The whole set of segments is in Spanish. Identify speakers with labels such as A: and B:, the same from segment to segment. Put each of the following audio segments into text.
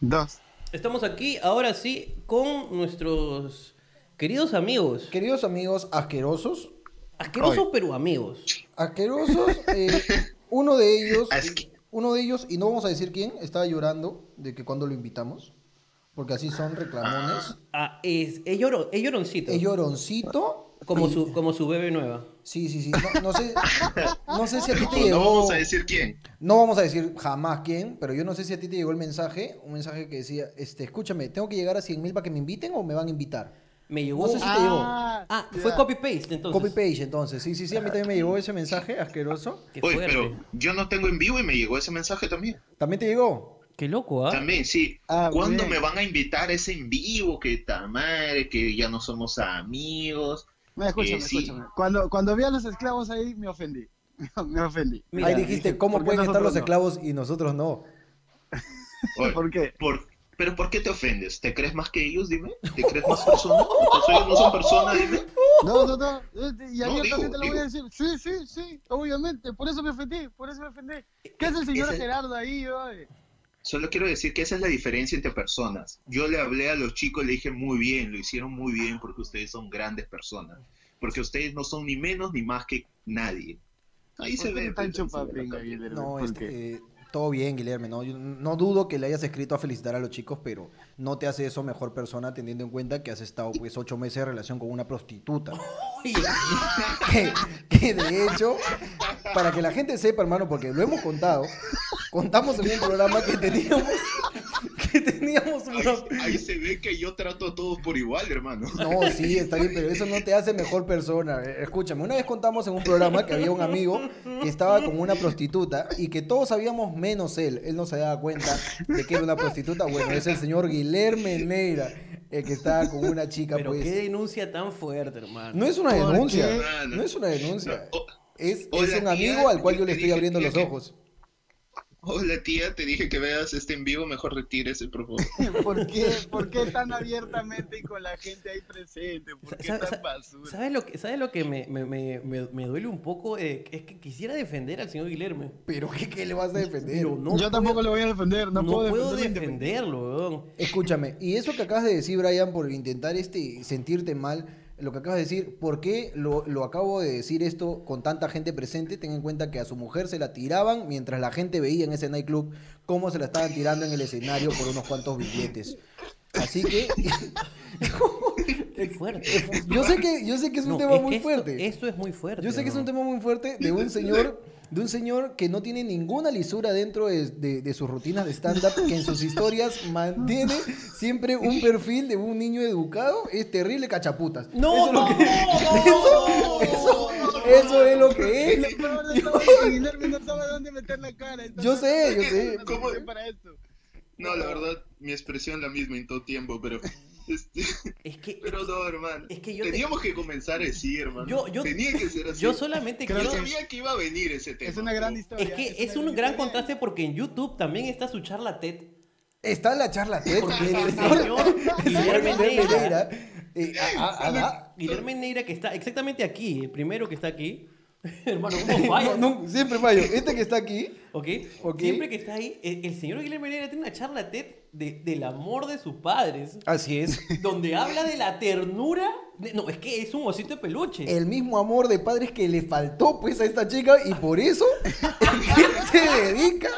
A: Dos.
B: Estamos aquí ahora sí con nuestros queridos amigos.
C: Queridos amigos asquerosos,
B: Asquerosos
A: Ay.
B: pero amigos.
C: asquerosos, eh, uno de ellos,
A: Asque-
C: uno de ellos, y no vamos a decir quién, estaba llorando de que cuando lo invitamos, porque así son reclamones.
B: Ah, es, es, lloro- es lloroncito.
C: El lloroncito,
B: Como su, como su bebé nueva.
C: sí, sí, sí, no, no sé, no sé si a ti te
D: Pues No
C: llegó.
D: vamos a decir quién.
C: No vamos a decir jamás quién, pero yo no sé si a ti te llegó el mensaje, un mensaje que decía, este, escúchame, ¿tengo que llegar a 100 mil para que me inviten o me van a invitar?
B: Me llegó.
C: No sé si te llegó.
B: ah, fue copy paste entonces.
C: Copy page, entonces, sí, sí, sí, a mí también me llegó ese mensaje asqueroso.
B: Qué
D: Oye,
B: fuerte.
D: pero yo no tengo en vivo y me llegó ese mensaje también.
C: ¿También te llegó?
B: Qué loco, ¿ah?
D: También, sí.
A: Ah,
D: ¿Cuándo
A: bien.
D: me van a invitar a ese en vivo? Que ta madre, que ya no somos amigos.
A: Mira, escúchame,
D: Eh, sí.
A: escúchame. Cuando, cuando vi a los esclavos ahí, me ofendí. me ofendí.
B: Mira,
C: Ahí dijiste, ¿cómo
A: ¿por qué
C: pueden estar
A: nosotros
C: los
A: no?
C: esclavos y nosotros no?
D: Oye,
A: ¿Por qué?
D: por- ¿Pero por qué te ofendes? ¿Te crees más que ellos, dime? ¿Te crees más persona? ¿Entonces ellos no son personas, dime?
A: No, no, no. eh, Y
D: No,
A: abiertamente
D: digo,
A: lo voy
D: digo.
A: a decir. Sí, sí, sí, obviamente. Por eso me ofendí, por eso me ofendí. ¿Qué
C: Eh,
A: hace el señor
D: Ese-
A: Gerardo ahí, oye?
D: Solo quiero decir que esa es la diferencia entre personas. Yo le hablé a los chicos, le dije muy bien, lo hicieron muy bien porque ustedes son grandes personas. Porque ustedes no son ni menos ni más que nadie. Ahí se
A: ¿Por qué
D: ve.
A: no tan
D: pues, ahí se ve la
A: chupapinga,
D: cara.
A: Guillermo?
C: No,
A: ¿Por
C: este,
A: qué?
C: eh, todo bien, Guillermo, ¿no? Yo no dudo que le hayas escrito a felicitar a los chicos, pero no te hace eso mejor persona teniendo en cuenta que has estado pues ocho meses de relación con una prostituta.
B: Oye,
C: que, que de hecho, para que la gente sepa, hermano, porque lo hemos contado, contamos en un programa que teníamos, que teníamos una...
D: Ahí, ahí se ve que yo trato a todos por igual, hermano.
C: No, sí, está bien, pero eso no te hace mejor persona. Eh, Escúchame, una vez contamos en un programa que había un amigo que estaba con una prostituta y que todos sabíamos menos él. Él no se daba cuenta de que era una prostituta. Bueno, es el señor Guillermo Neira, el que estaba con una chica,
B: pero
C: pues.
B: qué denuncia tan fuerte, hermano.
C: No es una
A: ¿Por
C: denuncia,
A: qué?
C: no es una denuncia.
D: No, o-
C: Es,
D: o
C: es
D: la
C: un
D: tía
C: amigo al cual yo le
D: que
C: estoy
D: dije,
C: abriendo
D: tía,
C: los
D: que-
C: ojos.
D: Hola tía, te dije que veas este en vivo, mejor retírese, por favor.
A: ¿Por qué? ¿Por qué tan abiertamente y con la gente ahí presente? ¿Por qué
B: Sa- sa-
A: tan basura?
B: ¿Sabes lo que, sabes lo que me, me- me- me- me duele un poco? Eh, es que quisiera defender al señor Guillermo.
C: Pero ¿qué, qué le vas a defender?
B: Pero no
A: Yo tampoco lo voy a defender, no,
B: No,
A: puedo,
B: puedo
A: defenderme
B: defenderlo, weón.
C: Escúchame, y eso que acabas de decir, Brian, por intentar este sentirte mal, lo que acabas de decir, ¿por qué lo, lo acabo de decir esto con tanta gente presente? Ten en cuenta que a su mujer se la tiraban mientras la gente veía en ese nightclub cómo se la estaban tirando en el escenario por unos cuantos billetes. Así que
B: Qué fuerte.
C: yo sé que yo sé que es un
B: No,
C: tema
B: es
C: muy
B: que esto-
C: fuerte.
B: Esto, es muy fuerte.
C: Yo sé que es un
B: weón.
C: tema muy fuerte de un señor, de un señor que no tiene ninguna lisura dentro de, de- de sus rutinas de stand-up, que en sus historias mantiene siempre un perfil de un niño educado, es terrible cachaputas.
B: No,
C: eso, es lo que-
B: no,
C: eso es lo que es.
A: Lo peor de todo es que Guillermo no sabe dónde meter la cara.
C: Yo sé, yo sé.
D: ¿Cómo?
A: ¿Cómo para esto?
D: No, la verdad, mi expresión la misma en todo tiempo, pero... este,
B: Es que
D: pero no, hermano.
B: Es que yo te-
D: Teníamos que comenzar así, hermano.
B: Yo- yo-
D: Tenía que ser así.
B: yo solamente
D: Yo
A: Creo
B: quiero...
D: sabía que iba a venir ese tema.
A: Es una gran historia.
B: Es que es
A: una
B: un gran
A: historia.
B: contraste porque en YouTube también está su charla TED.
C: Está la charla TED,
B: Porque
C: el
B: el señor
C: señor- el señor
B: Guillermo
C: Miguel
B: Neira,
C: Pereira, eh, a- a- a- a-
B: Guillermo Neira que está exactamente aquí, el primero que está aquí. Hermano, ¿cómo falla?
C: no, no, siempre fallo. Este que está aquí,
B: ¿Ok?
C: Ok.
B: Siempre que está ahí, el, el señor Guillermo Neira tiene una charla TED de- del amor de sus padres,
C: así es.
B: donde habla de la ternura. de- no, es que es un osito de peluche.
C: el mismo amor de padres que le faltó pues a esta chica y por eso se dedica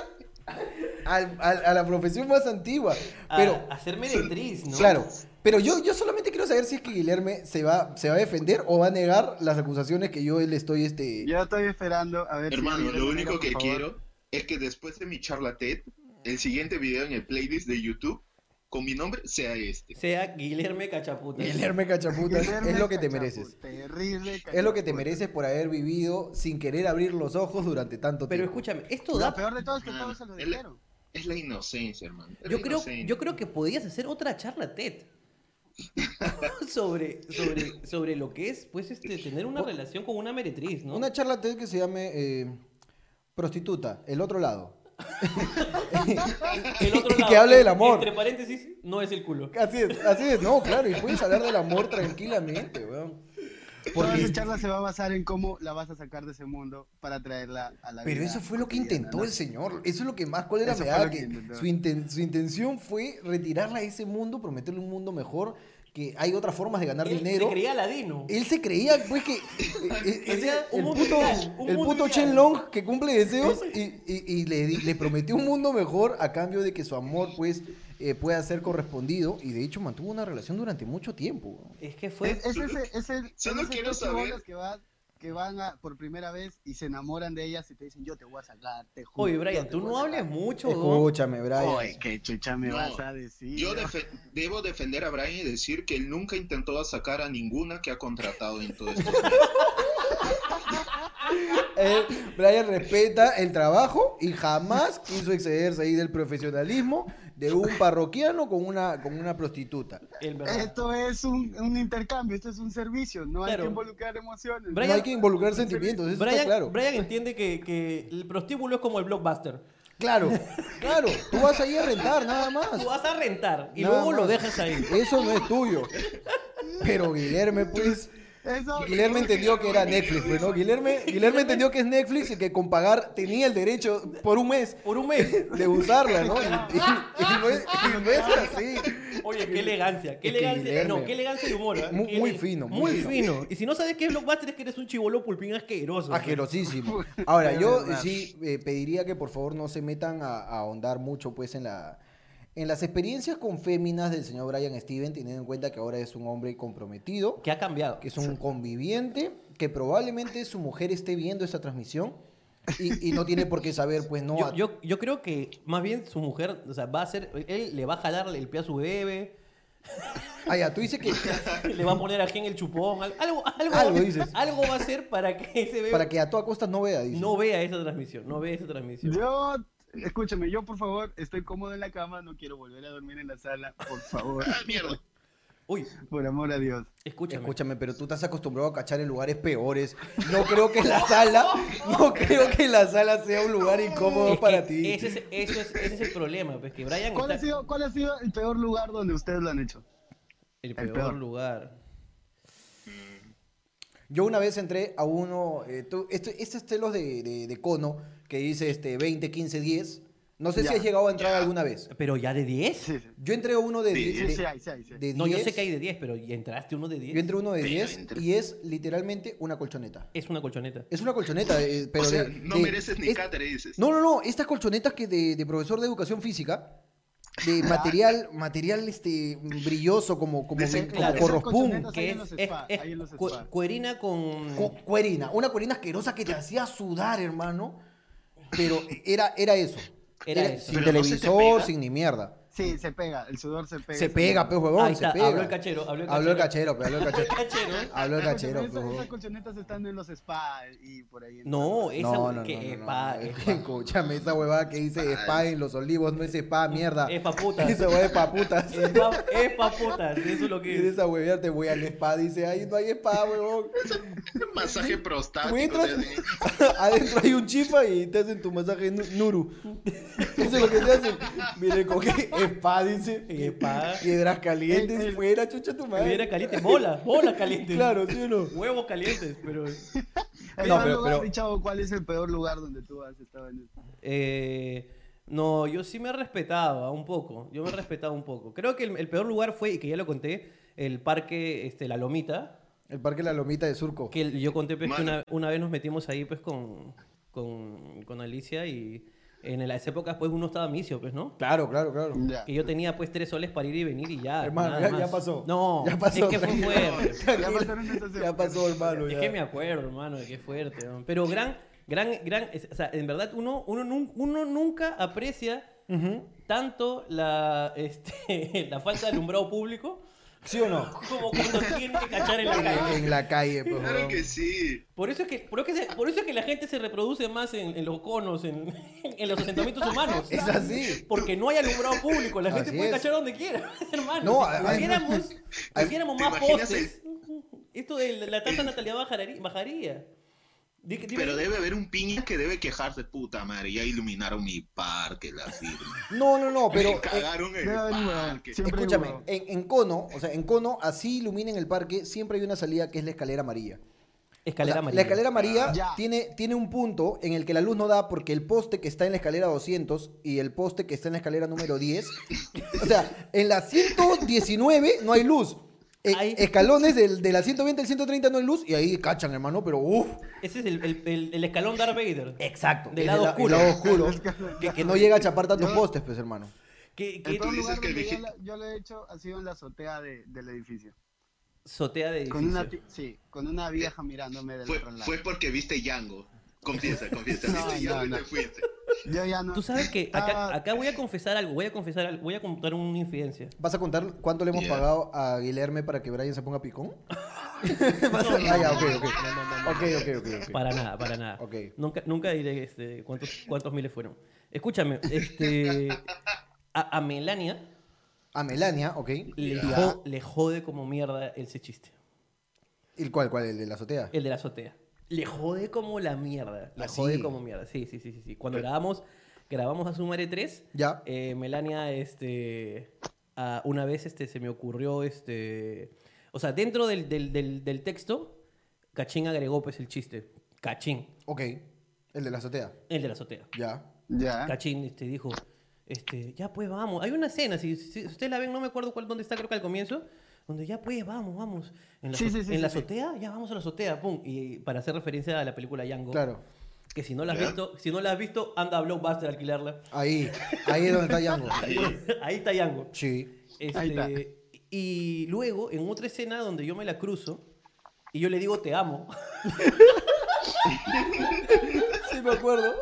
C: al- al- a la profesión más antigua.
B: A-
C: Pero,
B: a, ser meretriz, Ah, ¿no?
C: claro, pero yo, yo solamente quiero saber si es que Guillermo se va, se va a defender o va a negar las acusaciones que yo le estoy este...
A: Yo estoy esperando a ver
D: Hermano,
A: Guillermo
D: lo
A: Neira,
D: único
A: por
D: que
A: favor.
D: quiero es que después de mi charla TED, el siguiente video en el playlist de YouTube con mi nombre sea este.
B: Sea Guillermo Cachaputa.
C: Guillermo Cachaputas,
A: Guillermo
C: es lo que te
A: Cachapu-
C: mereces.
A: Terrible
C: Es lo que te
A: Cachapu-
C: mereces por haber vivido sin querer abrir los ojos durante tanto
B: Pero
C: tiempo.
B: escúchame, esto da
A: Lo peor de todo es que
D: Hermano,
A: todos se lo
D: él-
A: dijeron.
D: Es la inocencia, hermano. Es
B: Yo
D: la
B: creo,
D: inocencia.
B: yo creo que podías hacer otra charla TED. sobre, sobre, sobre lo que es pues este tener una relación con una meretriz, ¿no?
C: Una charla TED que se llame eh, Prostituta, el otro lado.
B: El otro
C: y
B: lado,
C: que hable del
B: en-
C: amor.
B: Entre paréntesis, no es el culo.
C: Así es, así es, no, claro, y puedes hablar del amor tranquilamente, weón.
A: Toda
C: Porque-
A: esa charla se va a basar en cómo la vas a sacar de ese mundo para traerla a la vida.
C: Pero eso fue lo que intentó el señor. Eso es lo que más cólera
A: Eso
C: me
A: fue
C: da.
A: lo que
C: que
A: intentó.
C: su, inten- su intención fue retirarla de ese mundo, prometerle un mundo mejor, que hay otras formas de ganar
B: Él
C: dinero.
B: Se creía Aladino.
C: Él se creía, pues, que. eh, eh,
B: O sea, un
C: el
B: mundo
C: puto,
B: ideal, un
C: el
B: mundo
C: puto
B: ideal.
C: Chen Long que cumple deseos y, y- y le, di- le prometió un mundo mejor a cambio de que su amor, pues, eh, pueda ser correspondido. Y de hecho, mantuvo una relación durante mucho tiempo.
B: Es que fue.
A: Es, es ese, es el,
D: Solo
A: son esos
D: quiero
A: dos
D: saber-
A: chibolas que van, que van a, por primera vez y se enamoran de ellas y te dicen, yo te voy a sacar, te juro.
B: Oye,
A: yo
B: Brian,
A: te
B: tú
A: voy a
B: no
A: sacar".
B: hables mucho, weón.
C: Escúchame, Brian.
A: Oye, qué chucha me
D: No,
A: vas a decir.
D: Yo
A: ¿no?
D: defe- debo defender a Brian y decir que él nunca intentó sacar a ninguna que ha contratado en todo este esto.
C: Eh, Brian respeta el trabajo y jamás quiso excederse ahí del profesionalismo de un parroquiano con una, con una prostituta.
B: El verdad.
A: Esto es un, un intercambio, esto es un servicio, no hay
B: Claro.
A: que involucrar emociones.
B: Brian-
C: no hay que involucrar sentimientos, eso
B: Brian,
C: está claro.
B: Brian entiende que, que el prostíbulo es como el blockbuster.
C: Claro, claro. Tú vas ahí a rentar, nada más.
B: Tú vas a rentar y
C: Nada
B: luego lo
C: más.
B: dejas ahí.
C: Eso no es tuyo. Pero Guillerme, pues.
A: Eso-
C: Guillermo entendió que era Netflix, pues, ¿no? Guillermo, Guillermo entendió que es Netflix y que con pagar tenía el derecho por un mes
B: Por un mes.
C: de usarla, ¿no? Y, y- y no, es, y no es así.
B: Oye, qué elegancia. Qué
C: Es que
B: elegancia.
C: Guillermo-
B: No, qué elegancia y humor. ¿eh?
C: Muy-
B: Qué
C: muy
B: ele-
C: fino, muy
B: Muy
C: fino.
B: fino. Y si no sabes qué es blockbuster, es que eres un chivolo pulpín asqueroso.
C: Asquerosísimo. Ahora,
A: De
C: yo
A: verdad.
C: sí eh, pediría que por favor no se metan a, a ahondar mucho pues en la en las experiencias con féminas del señor Brian Steven, teniendo en cuenta que ahora es un hombre comprometido,
B: Que ha cambiado.
C: que es un conviviente, que probablemente su mujer esté viendo esta transmisión y, y no tiene por qué saber, pues no.
B: Yo,
C: a-
B: yo, yo creo que más bien su mujer, o sea, va a ser, él le va a jalar el pie a su bebé,
C: Ah, ya, tú dices que
B: le va a poner aquí en el chupón, al- algo, algo,
C: Algo dices.
B: algo va a hacer para que ese bebé
C: para que a toda costa no vea, dice.
B: no vea esa transmisión, no vea esa transmisión.
A: Yo, escúchame, yo por favor, estoy cómodo en la cama, no quiero volver a dormir en la sala, por favor,
D: ¡Ah, mierda!
B: Uy,
A: por amor a Dios.
B: escúchame.
C: Escúchame, pero tú estás acostumbrado a cachar en lugares peores. No creo que la sala, no creo que la sala sea un lugar incómodo
B: Es que
C: para ti.
B: Ese es, eso es- ese es el problema, pues que Brian
A: ¿Cuál
B: está
A: ha, sido, ¿Cuál ha sido el peor lugar donde ustedes lo han hecho?
B: el peor,
A: peor?
B: lugar.
C: Yo una vez entré a uno, eh, tú- esto- estos telos de, de, de cono que dice este 20, 15, 10. No sé
A: Ya,
C: si has llegado a entrar alguna vez.
B: Pero ya de 10?
A: Sí, sí.
C: Yo entré a uno de,
D: Sí,
C: die-
A: Sí,
C: de-
A: sí, hay, sí, hay, sí. hay.
C: de
B: No, yo
C: 10.
B: sé que hay de 10, pero ¿y entraste uno de 10.
C: Yo entré a uno de
D: Pero
C: 10
D: entra.
C: y es literalmente una colchoneta.
B: Es una colchoneta.
C: Es una colchoneta, eh, pero
D: o sea,
C: de-
D: no
C: de-
D: mereces ni
C: es-
D: cátedra, dices.
C: No, no, no. Estas colchonetas que de, de profesor de educación física, de material, material este brilloso como, como,
D: De ese-
C: como
B: claro.
C: corrospún.
A: Esas colchonetas- Hay en los spa, hay en los
B: cu-
A: spa.
B: cuerina con...
C: Cu- Cuerina, una cuerina asquerosa que te hacía sudar, hermano. Pero era, era eso.
B: Era eso.
C: Sin
D: Pero no se te
C: televisor,
D: pega.
C: sin ni mierda.
A: Sí, se pega, el sudor se pega.
C: Se pega, pues, huevón,
B: Ahí está,
C: se pega.
B: habló el cachero, habló el
C: Habló el
B: cachero.
C: cachero, pe, habló el cachero.
B: Cachero.
C: Habló el
A: Esas
C: cachero,
A: colchonetas-
C: pe,
A: Esas
C: huevón.
A: colchonetas están en los spa y por ahí. en-
B: No, esa
C: No,
B: hue-
C: no, no,
B: que
C: no,
B: es
C: no,
B: pa-
C: no.
B: es pa-
C: Escúchame, esa huevada que dice spa en los olivos no es spa, mierda.
B: Es pa' putas.
C: Esa huevada es pa' putas.
B: es pa- es pa' putas, eso es lo que
C: Quieres
B: es.
C: a huevear, te voy al spa, dice, ahí no hay spa, huevón.
D: Masaje
C: Tú
D: prostático.
C: entras,
D: te hacen-
C: adentro hay un chifa y te hacen tu masaje nu- nuru. Eso es lo que te hacen. Mire, coge spa, dice.
B: Spa.
C: Piedras calientes,
A: El- el-
C: fuera, chucha tu madre.
B: Era caliente, bola, bola caliente.
C: Claro, ¿sí o no?
B: Huevos calientes, pero...
A: El
C: No,
A: peor
C: pero-
A: lugar,
C: pero-
A: y, chavo, ¿cuál es el peor lugar donde tú has estado en esto?
B: Eh, no, yo sí me respetaba un poco. Yo me respetaba un poco. Creo que el, el peor lugar fue, y que ya lo conté, el parque este, La Lomita.
C: El parque La Lomita de Surco.
B: Que el- yo conté pues, que
D: Mano.
B: una, una vez nos metimos ahí pues con, con, con Alicia y en las épocas pues uno estaba misio, pues, ¿no?
C: Claro, claro, claro.
A: Ya.
B: Que yo tenía pues tres soles para ir y venir y ya.
C: Hermano,
B: nada
C: ya,
B: más.
C: ya pasó.
B: No,
C: ya
B: es
C: pasó.
B: que fue
C: tranquilo.
B: fuerte.
A: Ya pasaron esas
C: Ya pasó, hermano.
B: Es
C: ya.
B: que me acuerdo, hermano, de qué fuerte. ¿no? Pero gran, gran, gran, es- o sea, en verdad uno, uno, nun- uno nunca aprecia
C: Ujú.
B: tanto la, este, la falta de alumbrado público
C: ¿Sí o no?
B: como cuando tiene que cachar en la
C: En,
B: calle.
C: en la calle, pues,
D: Claro
C: huevón.
D: que sí.
B: Por eso es que, por eso es que se- por eso es que la gente se reproduce más en, en los conos, en, en los asentamientos humanos.
C: Es así.
B: Porque no hay alumbrado público, la gente
C: Así
B: puede
C: es.
B: cachar donde quiera, hermano.
C: No,
B: si
C: además-
B: tuviéramos,
C: Ay,
B: tuviéramos
D: ¿te
B: más
D: imaginas
B: postes, esto de la, la tasa de natalidad bajaría. bajaría. Di- dime-
D: Pero debe haber un piña que debe quejarse, puta madre, ya iluminaron mi parque, la firma.
C: No, no, no, pero.
D: Me
C: eh,
D: cagaron el
A: debe haber un huevón.
D: parque.
A: Siempre hay
C: Escúchame,
A: huevón.
C: en, en Cono, o sea, en Cono, así iluminen el parque, siempre hay una salida que es la escalera amarilla. O sea,
B: escalera amarilla.
C: La escalera amarilla
A: Ya.
C: tiene, tiene un punto en el que la luz no da porque el poste que está en la escalera 200 y el poste que está en la escalera número 10. o sea, en la 119 no hay luz. Eh,
B: Hay-
C: Escalones del, de la 120 al 130 no hay luz y ahí cachan, hermano, pero uff.
B: Ese es el, el- el- el escalón Darth Vader.
C: Exacto.
B: Del lado oscuro.
C: lado oscuro, que, que no llega a chapar tantos
A: Yo-
C: postes, pues, hermano.
B: Que,
A: El
B: que
A: peor
D: dices
A: lugar
D: que
A: donde
D: dije-
A: yo, la- yo lo he hecho ha sido en la azotea de- del edificio.
B: sotea de
A: Con una,
B: edificio.
A: ti- sí, con una vieja mirándome del
D: Fue,
A: otro lado.
D: fue porque viste Django. Confiesa, confiesa.
A: No,
D: viste
A: no,
D: Django y
A: no.
D: te fuiste.
A: Yo ya no.
B: Tú sabes que acá,
A: Ah.
B: acá voy a confesar algo, voy a confesar algo, voy a contar una infidencia.
C: ¿Vas a contar cuánto le hemos
D: Ya.
C: pagado a Guilherme para que Brian se ponga picón? ah, ya, ok, ok. Ok, ok, ok, ok.
B: Para nada, para nada.
C: Ok.
B: Nunca, nunca diré este, cuántos, cuántos miles fueron. Escúchame, este, a, a Melania
C: A Melania, ok.
B: le,
C: Ya.
B: jo- le jode como mierda ese chiste.
C: ¿El cuál? ¿Cuál? ¿El de la azotea?
B: El de la azotea. Le jode como la mierda. La
C: ¿Ah, sí?
B: jode como mierda. Sí, sí, sí, sí. sí. Cuando grabamos, grabamos a Sumare 3,
C: Ya.
B: eh, Melania, este, ah, una vez este, se me ocurrió, este, o sea, dentro del, del- del- del texto, Cachín agregó pues el chiste. Cachín,
C: Ok. El de la azotea.
B: el de la azotea.
C: Ya.
A: Ya.
B: Cachín este, dijo, este, ya pues vamos. Hay una escena, si, si ustedes la ven, no me acuerdo cuál, dónde está, creo que al comienzo, donde ya pues vamos, vamos. En la,
A: Sí,
B: azo-
A: sí, sí,
B: en la
A: sí, sí.
B: azotea, ya vamos a la azotea, pum. Y para hacer referencia a la película Django.
C: Claro.
B: Que si no la has
D: ¿Ya?
B: visto, si no la has visto, anda a Blockbuster a alquilarla.
C: Ahí. Ahí es donde está Django.
B: Ahí está Django.
C: Sí.
B: Este,
A: Ahí está.
B: Y luego, en otra escena donde yo me la cruzo y yo le digo te amo,
C: Sí, me acuerdo.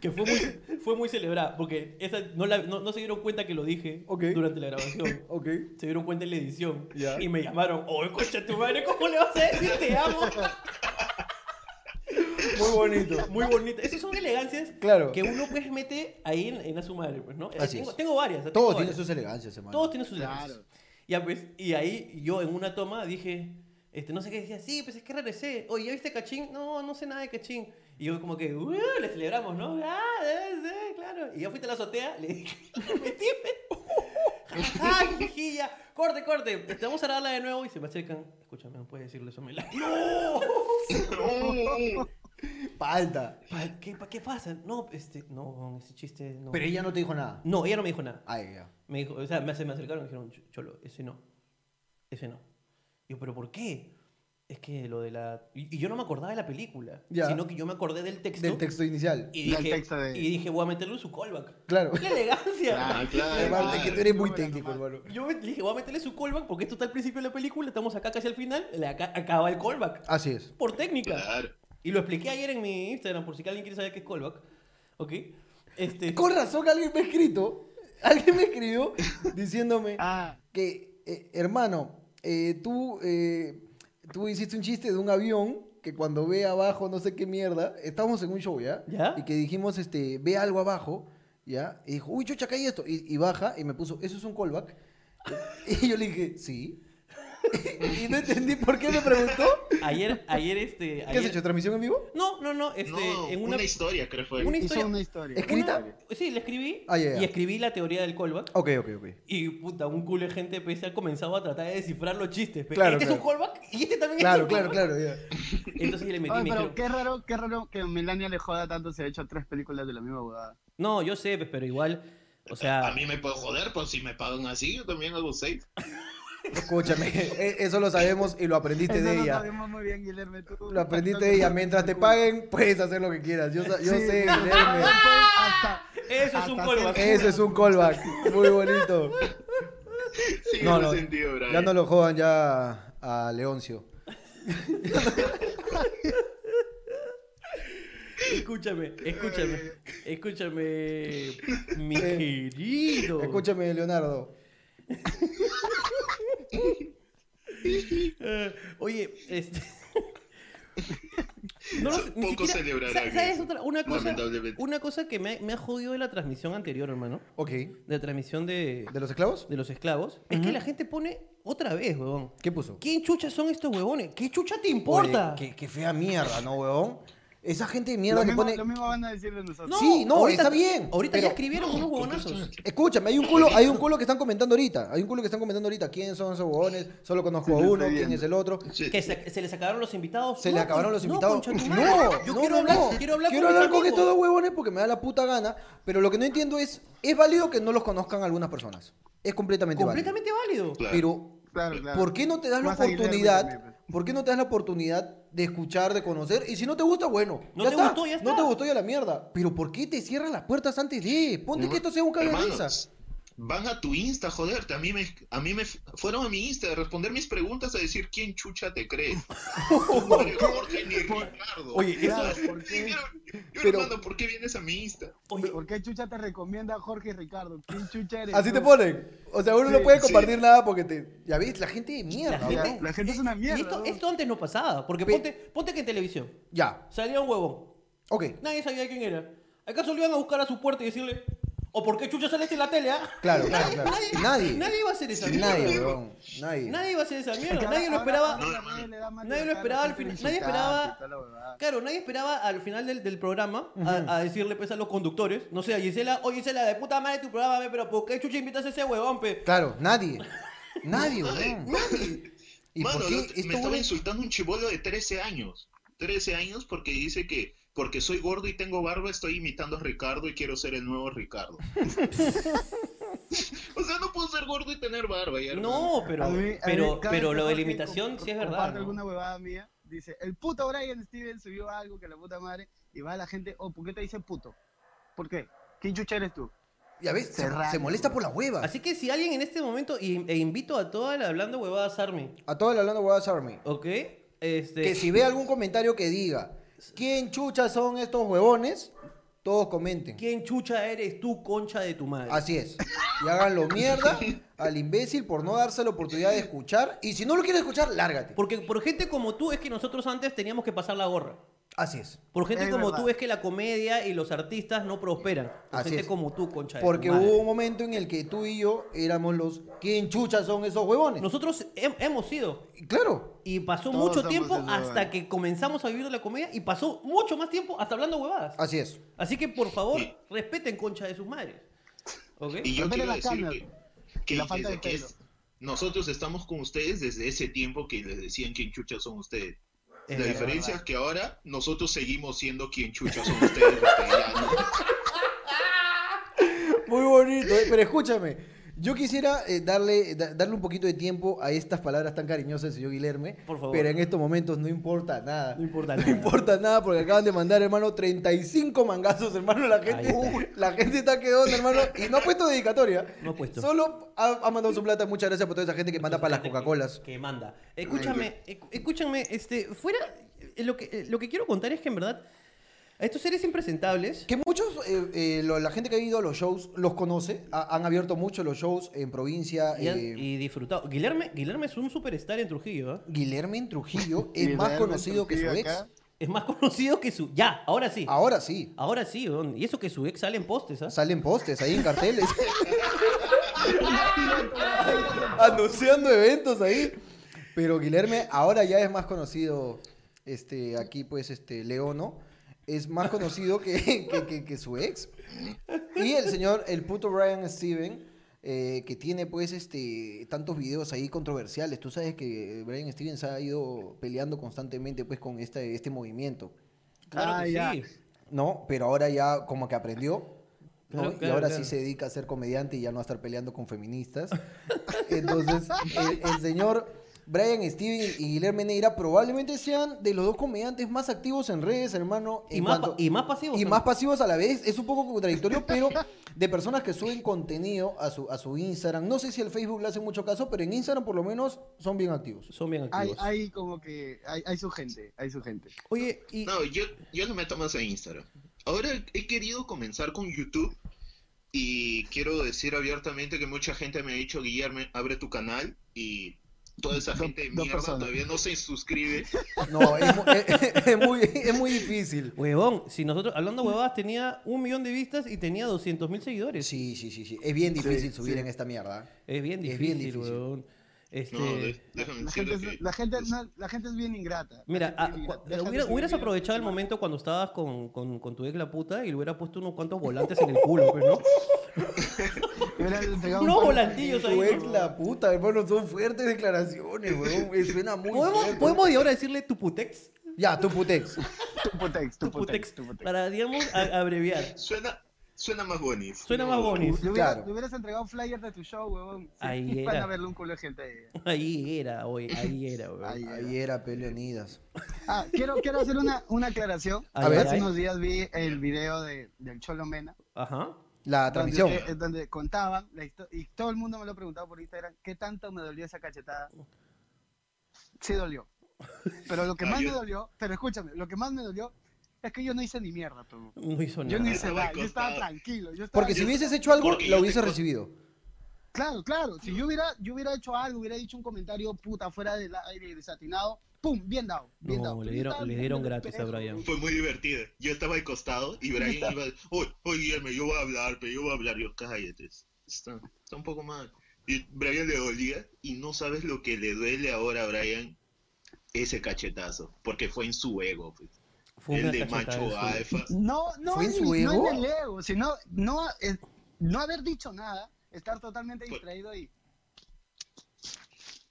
B: que fue muy, fue muy celebrada, porque esa, no, la- no- no se dieron cuenta que lo dije
C: Ok.
B: durante la grabación.
C: Ok.
B: Se dieron cuenta en la edición
C: Ya.
B: y me llamaron, oh, concha tu madre, ¿cómo le vas a decir te amo?
C: Muy bonito.
B: Muy bonita. Esas son elegancias
C: Claro.
B: que uno pues mete ahí en, en a su madre, pues, ¿no?
C: Así
B: tengo,
C: es.
B: tengo varias. tengo
C: Todos tienen
B: varias.
C: sus elegancias, hermano.
B: Todos tienen sus
A: Claro.
B: elementos. Ya, pues, y ahí yo en una toma dije, este, no sé qué, decía, sí, pues es que regresé. Oye, ¿ya viste Cachín? No, no sé nada de Cachín. Y yo como que, "Uh, le celebramos, ¿no? Ah, debe ser, claro. Y ya fuiste a la azotea, le dije, me metí, pe. Jajaja, jijiji, ya. corte, corte, este, vamos a grabarla de nuevo y se me acercan. Escúchame, no puedes decirle eso a Melania. ¡No!
D: No.
C: Falta.
B: Pa- ¿Qué, pa- ¿Qué pasa? No, este, no, ese chiste, no.
C: Pero ella no te dijo nada.
B: No, ella no me dijo nada.
C: Ahí, ya.
B: Me dijo, o sea, me, se me acercaron y me dijeron, "Ch- Cholo, ese no. Ese no. Y yo, ¿pero por qué? Es que lo de la. Y, y yo no me acordaba de la película,
C: Ya.
B: sino que yo me acordé del texto.
C: Del texto inicial.
B: Y
A: Del
B: dije,
A: texto de-
B: y dije, voy a meterlo en su callback. ¡Qué
C: Claro.
B: elegancia!
D: Ah, claro,
C: Hermano, es que tú eres muy
A: Número
C: técnico,
A: nomás.
C: hermano.
B: Yo me- le dije, voy a meterle su callback porque esto está al principio de la película, estamos acá casi al final, le aca- acaba el callback.
C: Así es.
B: Por técnica.
D: Claro.
B: Y lo expliqué ayer en mi Instagram, por si alguien quiere saber qué es callback. ¿Ok? Este,
C: Con razón alguien me ha escrito. Alguien me escribió diciéndome.
A: Ah,
C: que, eh, hermano, eh, tú, eh, tú hiciste un chiste de un avión que cuando ve abajo no sé qué mierda, estábamos en un show, ¿ya?
B: ¿Ya?
C: Y que dijimos, este, ve algo abajo, ¿ya? Y dijo, uy, chucha, caí esto. Y, y baja y me puso, ¿eso es un callback? y yo le dije, sí. y no entendí por qué me preguntó.
B: ayer, ayer, este.
C: ¿Qué has
B: ayer-
C: hecho, transmisión en vivo?
B: No, no, no. Este,
D: No,
B: en
D: una, historia, creo que fue.
B: Una
A: hizo
B: historia.
A: una historia.
C: ¿Escrita?
A: Una-
B: Una- Sí, le escribí
C: Ah, ya, ya.
B: y escribí la teoría del callback.
C: Ok, ok, ok.
B: Y puta, un culo de gente pues, ha comenzado a tratar de descifrar los chistes. pe.
C: Claro,
B: este es un
C: claro.
B: callback y este también es
C: Claro,
B: un
C: claro,
B: callback.
C: claro. ya.
B: Entonces le metí
A: Oye,
B: y me
A: pero
B: dijeron,
A: qué raro, qué raro que Melania le joda tanto se ha hecho tres películas de la misma bodada.
B: No, yo sé, pues, pero igual. O sea,
D: A mí me puedo joder, pues si me pagan así, yo también hago seis.
C: Escúchame, e- eso lo sabemos y lo aprendiste
A: Eso
C: de
A: lo
C: ella.
A: sabemos muy bien, Guillermo. Tú,
C: Lo aprendiste de ella. Mientras te paguen, puedes hacer lo que quieras. Yo, sa- yo
A: Sí,
C: sé,
A: pero
C: Guillermo.
A: pues, hasta-
B: eso es un
A: hasta
B: callback.
A: hacer-
C: Eso es un callback. Muy bonito.
D: Sí,
C: No,
D: en
C: no,
D: ese sentido, Brian.
C: Ya no lo jodan ya a Leoncio.
B: Escúchame, escúchame, escúchame, mi
C: Eh.
B: querido.
C: Escúchame, Leonardo.
B: Eh, oye, este. No lo
D: Eso
B: sé, ni
D: poco
B: siquiera-
D: celebrarán
B: ¿sabes- ¿Sabes
D: eso,
B: otra- una cosa?
D: lamentablemente.
B: Una cosa que me, me ha jodido de la transmisión anterior, hermano.
C: Ok.
B: De la transmisión de,
C: ¿De los esclavos?
B: de los esclavos. Es que la gente pone otra vez, huevón.
C: ¿Qué puso?
B: ¿Quién chucha son estos huevones? ¿Qué chucha te importa?
C: Oye, qué, qué fea mierda, ¿no, huevón? Esa gente de mierda
A: lo,
C: que
A: mismo,
C: pone...
A: lo mismo van a decir de nosotros.
C: Sí, no, está bien,
B: Ahorita
C: pero-
B: ya escribieron unos huevonazos.
C: Escúchame, hay un culo, hay un culo que están comentando ahorita. Hay un culo que están comentando ahorita. ¿Quién son esos huevones? Solo conozco
A: Sí,
C: a
A: lo
C: uno,
A: estoy
C: quién
A: viendo.
C: es el otro.
D: Sí.
B: Que se, se les acabaron los invitados.
C: Se le
B: No,
C: acabaron
B: con-
C: los invitados.
B: No, concha tu madre.
C: No,
B: yo
C: no,
B: quiero,
C: no,
B: hablar,
C: no.
B: quiero hablar
C: Quiero
B: con mis
C: hablar con
B: amigos.
C: estos dos huevones porque me da la puta gana. Pero lo que no entiendo es, es válido que no los conozcan algunas personas. Es completamente,
B: Completamente válido.
C: válido.
D: Claro.
C: Pero
A: Claro, claro.
C: ¿Por qué no te das la
A: Vas a ir de
C: oportunidad?
A: Hermes también,
C: ¿Por qué no te das la oportunidad de escuchar, de conocer? Y si no te gusta, bueno,
B: No
C: ya,
B: te
C: está.
B: gustó, ya
C: No
B: está.
C: te gustó ya la mierda. Pero ¿por qué te cierras las puertas antes de? Ponte que esto sea un cague de risa.
D: Hermanos, Van a tu Insta, joderte. A mí me, a mí me f- fueron a mi Insta a responder mis preguntas a decir quién chucha te crees. No eres Jorge ni Ricardo.
B: Oye, eso-
A: Claro, ¿por
D: Sí,
A: qué?
D: Yo, yo,
C: eh, Pero-
D: hermano, ¿por qué vienes a mi Insta?
B: Oye,
A: ¿Por qué chucha te recomienda a Jorge y Ricardo? ¿Quién chucha eres?
C: Así te
A: tú?
C: ponen. O sea, uno no
A: Sí,
C: puede
D: sí.
C: compartir nada porque te... Ya ves, la gente de mierda.
B: la gente,
C: weón.
A: la gente es una
B: y
A: mierda,
B: esto,
A: ¿no?
B: esto antes no pasaba. Porque
C: Pe-
B: ponte, ponte que en televisión
C: Ya,
B: salía un huevón.
C: ok.
B: Nadie sabía quién era. ¿Acaso lo iban a buscar a su puerta y decirle, o por qué chucha saliste en la tele? ah?"
C: Claro,
B: nadie,
C: claro, claro.
B: Nadie,
C: Nadie.
B: nadie iba a hacer esa mierda.
C: Nadie,
B: Nadie,
C: weón. Nadie.
B: iba a hacer esa
A: Es que
B: mierda.
A: ahora-
B: Nadie lo
A: ahora-
B: esperaba.
A: ahora nadie le da más
B: nadie lo
A: libertad a
B: esperaba
A: la
B: al
A: gente
B: final- nadie
A: insultarte,
B: esperaba-
A: toda la huevada.
B: Claro, nadie esperaba al final del, del programa a, a decirle pues a los conductores, no sé, a Gisela, oye Gisela, de puta madre tu programa, ve, pero ¿por qué chucha invitas a ese huevón, pe?
C: Claro, nadie. Nadie, weón.
D: Nadie.
C: ¿Y
D: Mano,
C: por
D: el
C: qué
D: otro-
C: estos
D: me estaba
C: huevones-
D: insultando un chivolo de 13 años. 13 años porque dice que porque soy gordo y tengo barba estoy imitando a Ricardo y quiero ser el nuevo Ricardo. o sea, no puedo ser gordo y tener barba. Ya, hermano.
B: No, pero,
A: A mí- a mí
B: pero,
A: cada
B: pero
A: vez que
B: lo de la
A: Jorge
B: imitación
A: comp-
B: sí es
A: comparte
B: verdad. ¿no?
A: alguna huevada mía, dice, el puto Brian Steven subió algo que la puta madre, y va la gente, oh, ¿por qué te dicen puto? ¿Por qué? ¿Quién chucha eres tú?
C: Ya ves, se,
A: Serrano,
C: se molesta por la hueva.
B: Así que si alguien en este momento, y, e invito a toda la hablando huevadas Army,
C: A todo el hablando huevadas Army.
B: ¿ok? Este,
C: Que si ve algún comentario que diga ¿Quién chucha son estos huevones? Todos comenten.
B: ¿Quién chucha eres tú, concha de tu madre?
C: Así es. Y háganlo mierda al imbécil por no darse la oportunidad de escuchar. Y si no lo quieres escuchar, lárgate.
B: Porque por gente como tú es que nosotros antes teníamos que pasar la gorra.
C: Así es.
B: Por gente
A: Es
B: como
A: verdad.
B: tú es que la comedia y los artistas no prosperan. Por
C: Así
B: gente
C: es.
B: como tú, concha de tu
C: Porque
B: madre.
C: hubo un momento en el que tú y yo éramos los ¿Quién chucha son esos huevones?
B: Nosotros hem- hemos sido
C: Y Claro.
B: Y pasó
A: Todos
B: mucho
A: somos
B: tiempo
A: el huevón.
B: hasta que comenzamos a vivir de la comedia y pasó mucho más tiempo hasta hablando huevadas.
C: Así es.
B: Así que por favor,
D: Sí.
B: respeten concha de sus madres. ¿Ok?
D: Y yo
A: Aparte
D: quiero
A: las
D: decir
A: canas.
D: que, que
A: La falta
D: desde
A: de
D: que
A: pelo.
D: es- nosotros estamos con ustedes desde ese tiempo que les decían quién chucha son ustedes.
B: Es
D: la
B: verdad.
D: diferencia es que ahora nosotros seguimos siendo quien chucha son ustedes. porque ya no-
C: Muy bonito, ¿eh? pero escúchame. Yo quisiera eh, darle, da- darle un poquito de tiempo a estas palabras tan cariñosas del señor Guilherme.
B: Por favor.
C: Pero en estos momentos no importa nada.
B: No importa
C: No
B: nada.
C: importa nada porque acaban de mandar, hermano, 35 mangazos, hermano. La gente,
B: Ahí
C: la gente está quedando, hermano. Y no ha puesto dedicatoria.
B: No ha puesto.
C: Solo ha, ha mandado su plata. Muchas gracias por toda esa gente que manda para las
B: Gente
C: Coca-Colas.
B: Que, que manda. Escúchame, escu- escúchame, este, fuera, eh, lo que, eh, lo que quiero contar es que en verdad, a estos seres impresentables,
C: Que muchos, eh, eh, lo- la gente que ha ido a los shows los conoce. Ha- han abierto mucho los shows en provincia.
B: y, han-
C: eh,
B: y disfrutado. Guillerme, Guillerme es un superstar en Trujillo, ¿eh?
C: Guilherme en Trujillo es
A: Y
C: más
A: Real
C: conocido que su
A: Madrid
C: ex.
A: acá,
B: Es más conocido que su. Ya, ahora sí.
C: Ahora sí.
B: Ahora sí, weón. Y eso que su ex sale en postes, ¿ah?
C: Salen postes ahí en carteles. Anunciando eventos ahí. Pero Guilherme ahora ya es más conocido. Este, aquí pues, este, Leono. Es más conocido que, que- que- que su ex. Y el señor, el puto Ryan Steven, eh, que tiene pues este tantos videos ahí controversiales. Tú sabes que Brian Stevens ha ido peleando constantemente pues con este, este movimiento.
B: Claro
A: Ah,
B: que
A: ya.
B: sí.
C: No, pero ahora ya como que aprendió. ¿no?
B: Claro,
C: y
B: claro,
C: ahora
B: claro.
C: sí se dedica a ser comediante y ya no a estar peleando con feministas. Entonces, el, el señor Brian Steven y Guillermo Neira probablemente sean de los dos comediantes más activos en redes, hermano.
B: Y
C: en
B: más,
C: cuanto-
B: pa- y más pasivos.
C: y
B: ¿no?
C: más pasivos a la vez. Es un poco contradictorio, pero de personas que suben contenido a su, a su Instagram. No sé si el Facebook le hace mucho caso, pero en Instagram por lo menos son bien activos.
B: Son bien
A: Hay,
B: activos.
A: hay como que, hay, hay su gente, hay su gente.
B: Oye, y.
D: No, yo, yo no meto más a Instagram. Ahora he querido comenzar con YouTube y quiero decir abiertamente que mucha gente me ha dicho, Guillermo, abre tu canal y toda esa gente de
A: dos
D: mierda
A: personas.
D: todavía no se suscribe.
C: No, es, mu- es- es muy, es muy difícil.
B: Huevón, si nosotros hablando huevadas tenía un millón de vistas y tenía 200 mil seguidores.
C: Sí, sí, sí, sí. Es bien difícil
D: Sí,
C: subir
D: sí.
C: en esta mierda.
B: Es bien
C: Es
B: difícil,
C: bien difícil.
B: huevón. Este,
D: No, de- déjame
A: La
D: decirte
A: gente,
D: que
A: es, la, gente,
D: es-
A: no, la gente es bien ingrata.
B: Mira,
A: La
B: ah,
A: gente es bien
B: cua-
A: ingrata. Deja de
B: hubiera-
A: subir
B: hubieras
A: videos.
B: aprovechado el momento cuando estabas con, con, con tu ex la puta y le hubieras puesto unos cuantos volantes en el culo, pues, ¿no?
A: Le hubieras entregado un
B: Unos
A: par-
B: volantillos ahí.
C: Tu ex,
B: ¿no?
C: la puta, hermano, son fuertes declaraciones, weón. Eh, Suena muy
B: ¿Podemos,
C: fuerte.
B: podemos de ahora decirle tu putex?
C: Ya, tu putex.
A: Tu putex, tu
B: Tu
A: putex,
B: putex.
A: tu putex.
B: Para, digamos, a- abreviar.
D: Suena, suena más bonito.
B: Suena
A: Eh,
B: más bonito.
A: Le hubieras,
C: Claro.
A: le hubieras entregado flyers de tu show, huevón.
B: Ahí era.
A: Van a verle un culo de gente ahí.
B: Ahí era, hoy, ahí era, weón.
A: Ahí.
C: Ahí era Peleonidas.
A: Ah, quiero, quiero hacer una, una aclaración.
B: A
A: Hace
C: ver.
A: unos días vi el video de, del Cholo Mena.
B: Ajá.
C: La
A: donde-
C: transmisión.
A: eh, Donde, contaban, la histo- y todo el mundo me lo preguntaba por Instagram, ¿qué tanto me dolió esa cachetada? Sí dolió. Pero lo que
D: Ah,
A: más
D: yo-
A: me dolió, pero escúchame, lo que más me dolió es que yo no hice ni mierda, pero
B: No hizo
A: Yo
B: nada.
A: no
D: Yo
A: hice
D: estaba
A: nada, yo estaba
D: acostado.
A: tranquilo. Yo estaba
C: Porque si
D: yo-
C: hubieses hecho algo,
D: porque yo
C: la
D: te
C: hubieses
D: con-
C: recibido.
A: Claro, claro. Si yo hubiera, yo hubiera hecho algo, hubiera dicho un comentario puta fuera del aire desatinado, ¡pum! Bien dado. Bien
B: No,
A: dado.
B: le
A: Yo
B: dieron-
A: estaba
B: le dieron
A: viendo el
B: gratis a
A: espejo.
B: Brian.
D: Fue muy divertido. Yo estaba al costado y Brian iba, oye, oye, Guillermo, yo voy a hablar, pero yo voy a hablar. Yo, cállate, está, está un poco mal. Y Brian le dolía y no sabes lo que le duele ahora a Brian ese cachetazo, porque fue en su ego, pues.
B: Fue
D: el
B: una
D: de
B: cachetada
D: macho
B: de su-
D: alfa.
A: No, no,
C: ¿Fue en
A: es
C: su
A: mi- no
C: ego?
A: en el ego, sino no, es- no haber dicho nada, estar totalmente
D: Pues-
A: distraído y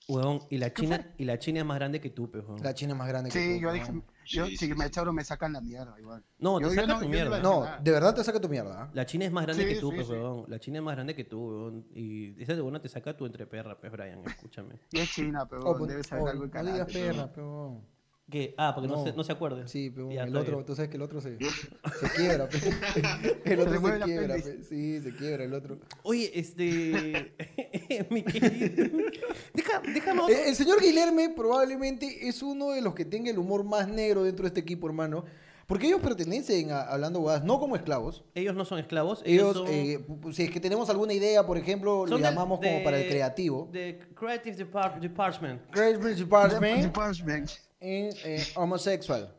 B: Huevón, y la China, y la China es más grande que tú, pues, huevón.
C: La China es más grande que
A: Sí,
C: tú,
A: yo
C: ¿no?
A: dije, yo,
D: Sí,
A: si
D: sí,
A: me
D: sí.
A: echaron me sacan la mierda igual.
B: No, te
A: Yo- yo
B: saca
A: no-
B: tu
A: yo no
B: mierda.
A: iba a decir
C: No,
A: nada.
C: de verdad te saca tu mierda. ¿ah?
B: La China es más grande
A: Sí,
B: que tú,
A: sí,
B: pues,
A: sí.
B: huevón. La China es más grande que tú, huevón. Y esa de una te saca tu entreperra, pues, Brian, escúchame.
A: Y es China, pero
C: Oh, pon-
A: debe saber
C: oh,
A: algo de
C: no digas
A: karate.
C: perra, peón.
B: ¿Qué? Ah, porque no,
C: No.
B: se, no se acuerda.
C: Sí, peón.
B: Ya,
C: El
B: está
C: otro,
B: bien.
C: tú sabes que el otro se, se quiebra, pe. El
A: le
C: otro se,
A: mueve la
C: quiebra,
A: pelvis.
C: pe. Sí, se quiebra el otro.
B: Oye, este. mi querido. Deja, déjame otro.
C: Eh, el señor Guillerme probablemente es uno de los que tenga el humor más negro dentro de este equipo, hermano. Porque ellos pertenecen a Hablando Guadas, no como esclavos.
B: Ellos no son esclavos.
C: Ellos,
B: Ellos, son,
C: eh, pu- pu- si es que tenemos alguna idea, por ejemplo, lo
B: son del-
C: llamamos como
B: de-
C: para el creativo.
B: De Creative Depart- Department.
C: Great British Department
A: Department.
C: en eh, homosexual.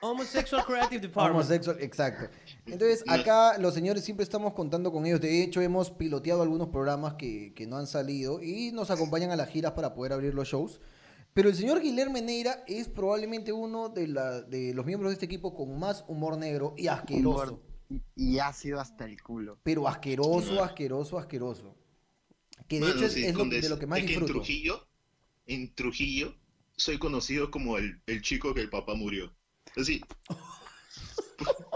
B: Homosexual Creative Department.
C: Homosexual, exacto. Entonces, acá los señores siempre estamos contando con ellos. De hecho, hemos piloteado algunos programas que, que no han salido y nos acompañan a las giras para poder abrir los shows. Pero el señor Guillermo Neira es probablemente uno de, la- de los miembros de este equipo con más humor negro y asqueroso.
A: Y, y ácido hasta el culo.
C: Pero asqueroso, asqueroso, asqueroso. Que de
D: Mano,
C: hecho es,
D: sí,
C: es lo,
D: con
C: de
D: des-
C: lo que más
D: es En
C: disfruto.
D: Trujillo, en Trujillo, soy conocido como el, el chico que el papá murió. Así. Por-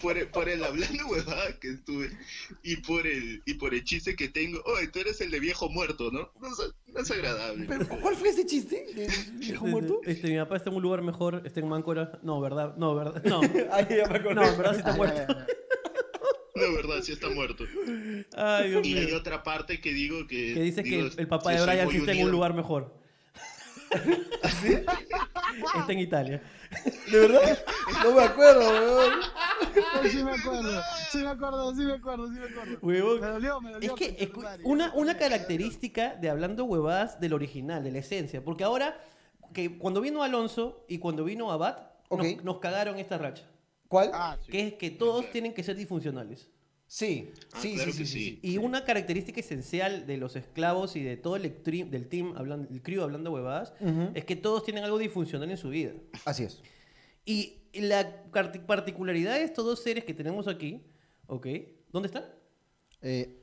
D: por, el- por el hablando huevada que estuve y por el y por el chiste que tengo. Oye, tú eres el de viejo muerto, ¿no? No, es- no es agradable.
C: Pero, ¿Cuál fue ese chiste? ¿De viejo muerto?
B: Este, mi papá está en un lugar mejor, está en Máncora. No, ¿verdad? No, ¿verdad? No.
C: Ay, ya me acordé.
B: No, en verdad sí está
A: Ay,
B: muerto.
A: ay, ay.
D: De verdad, sí está muerto.
B: Ay, Dios
D: Y hay
B: mío.
D: otra parte que digo que.
B: Que dice que
D: digo,
B: el, el papá de
D: yo soy
B: Brian
D: muy
B: sí está en
D: unido.
B: un lugar mejor. Está en Italia.
C: ¿Ah, ¿De verdad? No me acuerdo, weón.
A: Ay, Sí me acuerdo, sí me acuerdo, sí me acuerdo, sí me acuerdo.
B: Huevón.
A: Me dolió, me dolió.
B: Es que
A: concha tu
B: escu-
A: madre.
B: una, una característica de hablando huevadas del original, de la esencia. Porque ahora, que cuando vino Alonso y cuando vino Abad, nos-
C: Ok.
B: nos, cagaron esta racha.
C: ¿Cuál?
A: Ah, sí.
B: Que es que todos tienen que ser disfuncionales.
C: Sí,
D: Ah,
C: sí,
D: claro
C: sí, sí,
D: que
C: sí,
D: sí.
C: sí.
B: Y una característica esencial de los esclavos y de todo el tri- del team, hablando, el crew hablando huevadas,
C: Ujú.
B: es que todos tienen algo disfuncional en su vida.
C: Así es.
B: Y la car- particularidad de estos dos seres que tenemos aquí, ¿ok? ¿Dónde están?
C: Eh,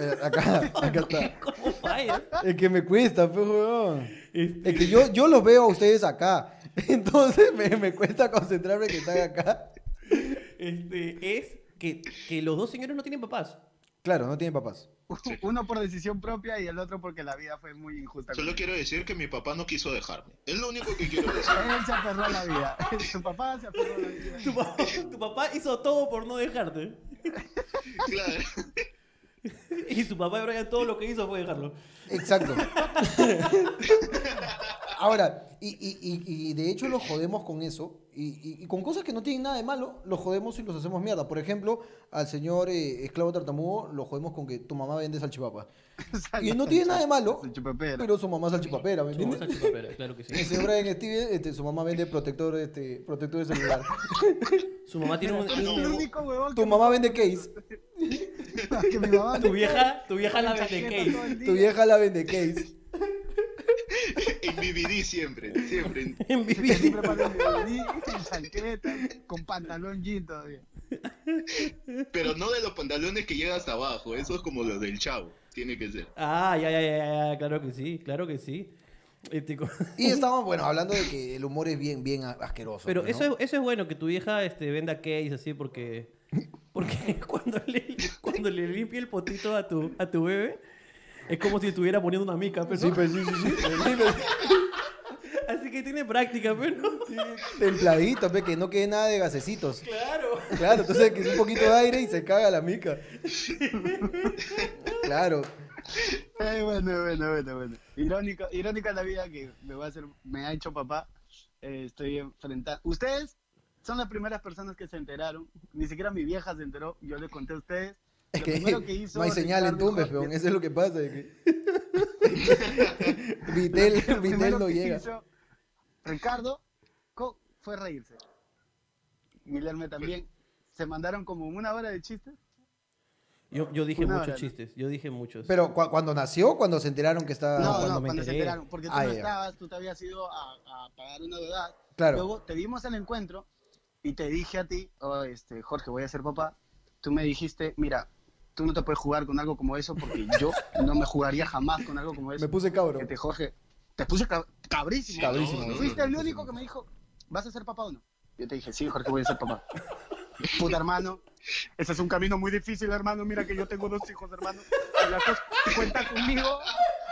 C: eh, acá, acá está.
B: ¿Cómo Este, fallas?
C: Es que me cuesta, pues, weón. Es que yo, yo los veo a ustedes acá. Entonces me, me cuesta concentrarme que están acá.
B: Este, es que, que los dos señores no tienen papás.
C: Claro, no tienen papás.
A: Uno por decisión propia y el otro porque la vida fue muy injusta. con
D: Solo
A: él.
D: quiero decir que mi papá no quiso dejarme. Es lo único que quiero decir.
A: Él se aferró a la vida. Su papá se aferró a la vida.
B: Tu papá, tu papá hizo todo por no dejarte.
D: Claro.
B: Y su papá de Brian todo lo que hizo fue dejarlo.
C: Exacto. Ahora, y, y- y- y de hecho los jodemos con eso, y, y- y con cosas que no tienen nada de malo, los jodemos y los hacemos mierda. Por ejemplo, al señor eh, esclavo tartamudo lo jodemos con que tu mamá vende salchipapa. Y no tiene nada de malo,
A: El chupapera.
C: pero su mamá es salchipapera, ¿me
B: Somos
C: entiendes?
B: salchipapera, claro que sí.
C: Ese Brian Steven, este, su mamá vende protector, este, protector de celular.
B: Su mamá tiene un...
A: Es el
B: un-
A: único huevón
C: Tu
A: que-
C: mamá vende case.
A: que mi mamá
B: tu
A: me-
B: vieja, tu vieja la vende
A: Cajeta
B: case.
A: todo el día.
C: Tu vieja la vende case.
D: En BBD siempre, siempre.
B: En
A: Que
B: Vivi.
A: siempre pone mi DVD con chancleta, con pantalón jean todavía.
D: Pero no de los pantalones que llegan hasta abajo, eso es como los del chavo, tiene que ser.
B: Ah, ya, ya, ya, ya, claro que sí, claro que sí. Este, co-
C: Y estábamos, bueno, hablando de que el humor es bien, bien a- asqueroso.
B: Pero
C: pues, ¿no?
B: eso, es, eso es bueno, que tu vieja este, venda case así porque... Porque cuando le, cuando le limpie el potito a tu, a tu bebé, es como si estuviera poniendo una mica, pero...
C: Sí, pues, sí, sí, sí. Sí, pues,
B: Así que tiene práctica, pero...
C: Templadito, pues, que no quede nada de gasecitos.
B: Claro.
C: Claro, entonces que es un poquito de aire y se caga la mica. Claro.
A: Ay, bueno, bueno, bueno, bueno. Irónico, irónica la vida que me va a hacer, me ha hecho papá. Eh, estoy enfrentando. Ustedes son las primeras personas que se enteraron. Ni siquiera mi vieja se enteró. Yo les conté a ustedes.
C: Es
A: Lo
C: que,
A: primero que hizo
C: no hay señal en
A: Ricardo
C: Tumbes,
A: Jorge-
C: peón. Eso es lo que pasa. es que- Vitel,
A: Lo
C: Vitel
A: primero
C: no
A: que
C: llega.
A: hizo Ricardo co- fue reírse. Guillermo también. Se mandaron como una hora de chistes.
B: Yo, yo dije
A: Una hora, ¿no?
B: muchos chistes, yo dije muchos.
C: Pero ¿cu- cuando nació, cuando se enteraron que estaba.
A: no,
B: cuando
A: no,
B: me
A: cuando se
B: enteré.
A: enteraron. Porque tú
C: Ah,
A: no
C: ya.
A: estabas, tú te habías ido a, a pagar una deuda.
C: Claro.
A: Luego te vimos al encuentro y te dije a ti, "Oh, este, Jorge, voy a ser papá. Tú me dijiste, mira, tú no te puedes jugar con algo como eso porque yo no me jugaría jamás con algo como eso.
C: Me puse cabro.
A: Este, Jorge, te puse cab- cabrísimo.
C: Cabrísimo,
D: no, no,
A: Fuiste
D: no,
A: el
D: no,
A: único que me dijo, ¿vas a ser papá o no? Yo te dije, sí, Jorge, voy a ser papá. Puta hermano, ese es un camino muy difícil, hermano. Mira que yo tengo dos hijos, hermano. Y las dos- cuenta conmigo,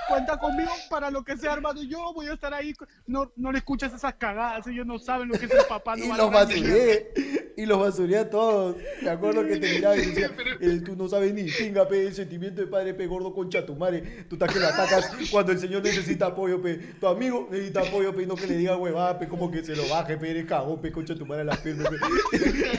A: cuenta conmigo para lo que sea, hermano. Yo voy a estar ahí. No, no le escuchas esas cagadas, ellos no saben lo que es el papá. No
C: Y los
A: valoran ni mierda.
C: basuré, y los basuré a todos. Me acuerdo que te miraba y decía, "Eh, tú no sabes ni pinga, pe, el sentimiento de padre, pe, gordo, concha, tu madre. Tú estás que la atacas cuando el señor necesita apoyo, pe. Tu amigo necesita apoyo, pe, y no que le diga huevada, pe, como que se lo baje, pe, eres cagón, pe, concha, tu madre, la firme, pe.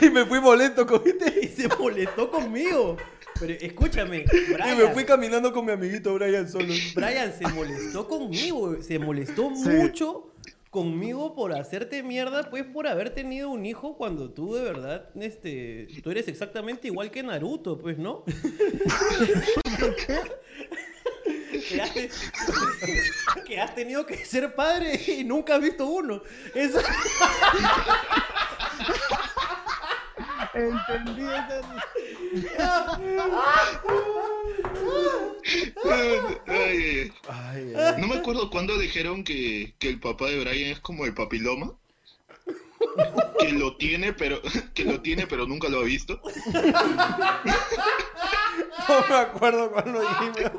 C: Y me fui molesto con este.
B: Y se molestó conmigo. Pero escúchame,
C: Y
B: Brian,
C: me fui caminando con mi amiguito Brian solo.
B: Brian se molestó conmigo, se molestó
A: Sí.
B: mucho conmigo por hacerte mierda, pues por haber tenido un hijo cuando tú de verdad, este, tú eres exactamente igual que Naruto, pues, ¿no? que, has, te- que has tenido que ser padre y nunca has visto uno. Eso-
A: Entendí ese-
D: Ay, ay, ay.
C: Ay, ay.
D: No me acuerdo cuándo dijeron que, que el papá de Brian es como el papiloma. Que lo tiene, pero que lo tiene, pero nunca lo ha visto.
C: No me acuerdo cuando dije.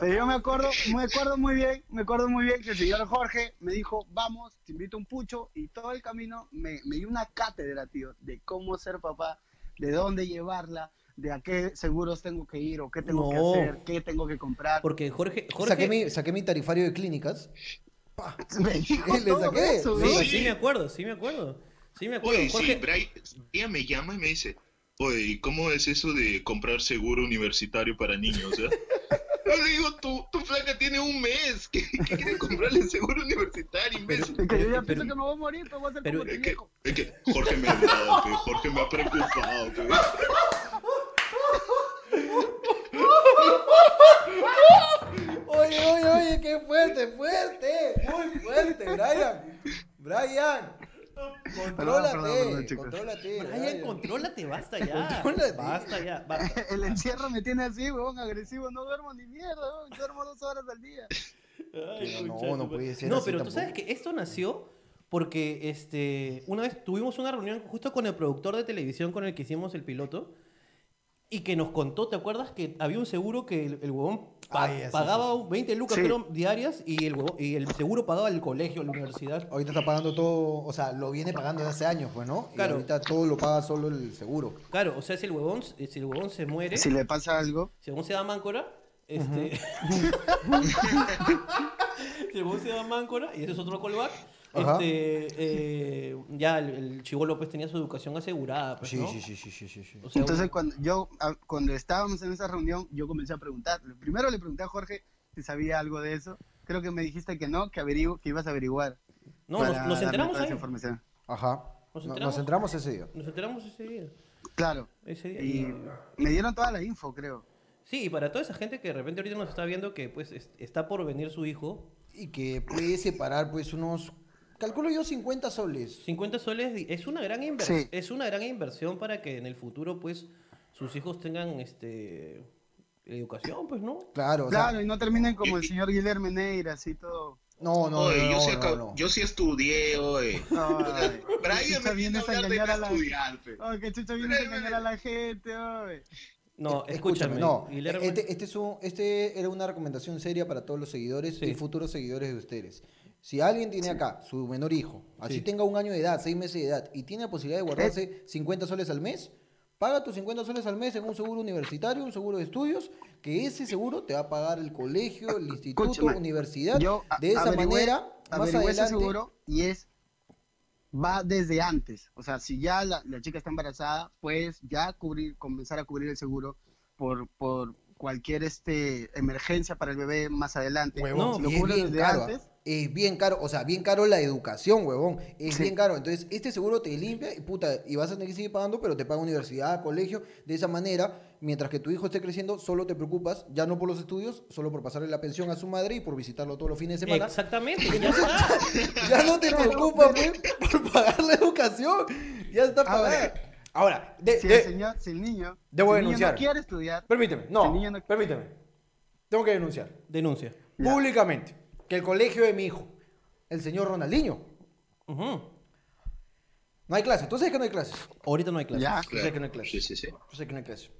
A: Pero yo me acuerdo, me acuerdo muy bien, me acuerdo muy bien que el señor Jorge me dijo, vamos, te invito a un pucho, y todo el camino me, me dio una cátedra, tío, de cómo ser papá, de dónde llevarla, de a qué seguros tengo que ir, o qué tengo
B: No.
A: que hacer, qué tengo que comprar.
B: Porque Jorge, Jorge,
C: Saqué mi, saqué mi tarifario de clínicas.
A: Me dijo
C: Le
A: todo
C: saqué.
A: eso, ¿no?
B: sí,
D: Sí.
B: sí me acuerdo, sí me acuerdo, sí me acuerdo.
D: Oye, sí,
B: Jorge,
D: Brian, ella me llama y me dice, oye, ¿y ¿cómo es eso de comprar seguro universitario para niños? eh?" Yo le digo, tu, tu flaca tiene un mes, ¿qué, qué quieres comprarle seguro universitario, imbécil?
A: Es que yo ya
B: Pero-
A: pienso que me voy a morir, pero voy a ser
B: pero- eh,
A: como tu
D: Es que,
A: viejo.
D: es que Jorge me ha hablado, pe, Jorge me ha preocupado. pe.
C: Oye, oye, oye, qué fuerte, fuerte, muy fuerte, Brian. Brian, contrólate,
A: Perdón, perdón, perdón, chicos.
C: contrólate.
B: Brian, contrólate, basta ya.
C: Contrólate.
B: Basta ya, basta.
A: El encierro me tiene así, weón, agresivo, no duermo ni mierda, weón, duermo dos horas al día.
C: Pero no,
B: concha de
C: no
B: tu
C: puede
B: madre.
C: ser
B: No,
C: así
B: pero tú
C: tampoco.
B: sabes que esto nació porque este, una vez tuvimos una reunión justo con el productor de televisión con el que hicimos el piloto y que nos contó, ¿te acuerdas que había un seguro que el, el huevón pa-
C: Ay, sí,
B: pagaba 20 lucas
A: Sí.
B: creo, diarias y el, huevón- y el seguro pagaba el colegio, la universidad?
C: Ahorita está pagando todo, o sea, lo viene pagando desde hace años, pues, ¿no? Y
B: Claro.
C: ahorita todo lo paga solo el seguro.
B: Claro, o sea, si el huevón, si el huevón se muere,
A: Si le pasa algo,
B: Según se da Máncora, este... El huevón se llama Máncora y ese es otro callback.
C: Ajá.
B: Este, eh, ya el, el Chivo López tenía su educación asegurada. Pues,
C: Sí,
B: ¿no?
C: sí, sí, sí, sí, sí, sí.
B: O sea,
A: Entonces, cuando, yo, a- cuando estábamos en esa reunión, yo comencé a preguntar. Primero le pregunté a Jorge si sabía algo de eso. Creo que me dijiste que no, que, averigu- que ibas a averiguar.
B: no,
A: para
B: nos, nos
A: darme
B: enteramos
A: toda esa
B: ahí.
A: información.
C: Ajá.
B: ¿Nos
C: No-
B: enteramos?
C: Nos entramos ese día.
B: Nos enteramos ese día.
A: Claro.
B: Ese día.
A: Y
B: y-
A: me dieron toda la info, creo.
B: Sí, y para toda esa gente que de repente ahorita nos está viendo que pues es- está por venir su hijo,
C: Y que puede separar, pues, unos. Calculo yo 50 soles.
B: 50 soles di- es una gran inversión,
A: Sí.
B: es una gran inversión para que en el futuro pues sus hijos tengan este educación, pues, ¿no?
C: Claro, o sea,
A: claro, y no terminen como el
D: y-
A: señor Guillermo Neira, así todo.
C: No, no,
D: Oye,
C: no,
D: yo, sí
C: no,
D: acab-
C: no.
D: yo sí estudié, oye.
A: Ay,
D: Brian
A: chucha
D: me viene a
A: vienes a
D: hablar de
A: engañar
D: no
A: a la gente.
D: estudiar, pe.
A: que chucha vienes a engañar a la gente, oye.
B: No,
C: Eh,
B: escúchame,
C: no.
B: Guillermo-
C: Este, este es un- este era una recomendación seria para todos los seguidores
B: Sí.
C: y futuros seguidores de ustedes. Si alguien tiene acá su menor hijo, así
B: Sí.
C: tenga un año de edad, seis meses de edad, y tiene la posibilidad de guardarse
A: Eh.
C: 50 soles al mes, paga tus 50 soles al mes en un seguro universitario, un seguro de estudios, que ese seguro te va a pagar el colegio, el instituto,
A: Ah, Escúchame,
C: universidad.
A: Yo a-
C: de esa
A: averigüé-
C: manera, más
A: averigüé ese
C: adelante,
A: seguro y es va desde antes. O sea, si ya la, la chica está embarazada, puedes ya cubrir, comenzar a cubrir el seguro por, por cualquier este emergencia para el bebé más adelante.
C: Huevón,
B: No,
A: Si lo
C: y es
A: cubre
C: bien
A: desde
C: caro.
A: antes.
C: ¿ah? Es bien caro, o sea, bien caro la educación, huevón. Es
A: Sí.
C: bien caro. Entonces, este seguro te limpia y puta, y vas a tener que seguir pagando, pero te paga universidad, colegio. De esa manera, mientras que tu hijo esté creciendo, solo te preocupas, ya no por los estudios, solo por pasarle la pensión a su madre y por visitarlo todos los fines de semana.
B: Exactamente, ya está.
C: Ya no te preocupas, pues, por pagar la educación. Ya está pagada. Ahora, de-
A: Si
C: de-
A: el señor, si el niño,
C: Debo
A: si el niño
C: denunciar.
A: no quiere estudiar,
C: permíteme,
A: Si el niño no-
C: permíteme. Tengo que denunciar.
B: Denuncia.
A: Ya.
C: públicamente que el colegio de mi hijo, el señor Ronaldinho,
B: Ujú.
C: no hay clases. Tú sabes que no hay clases.
B: Ahorita no hay clases.
A: Ya.
C: Yo sé que no hay clases.
D: Sí, sí, sí.
C: Yo sé que no hay clases.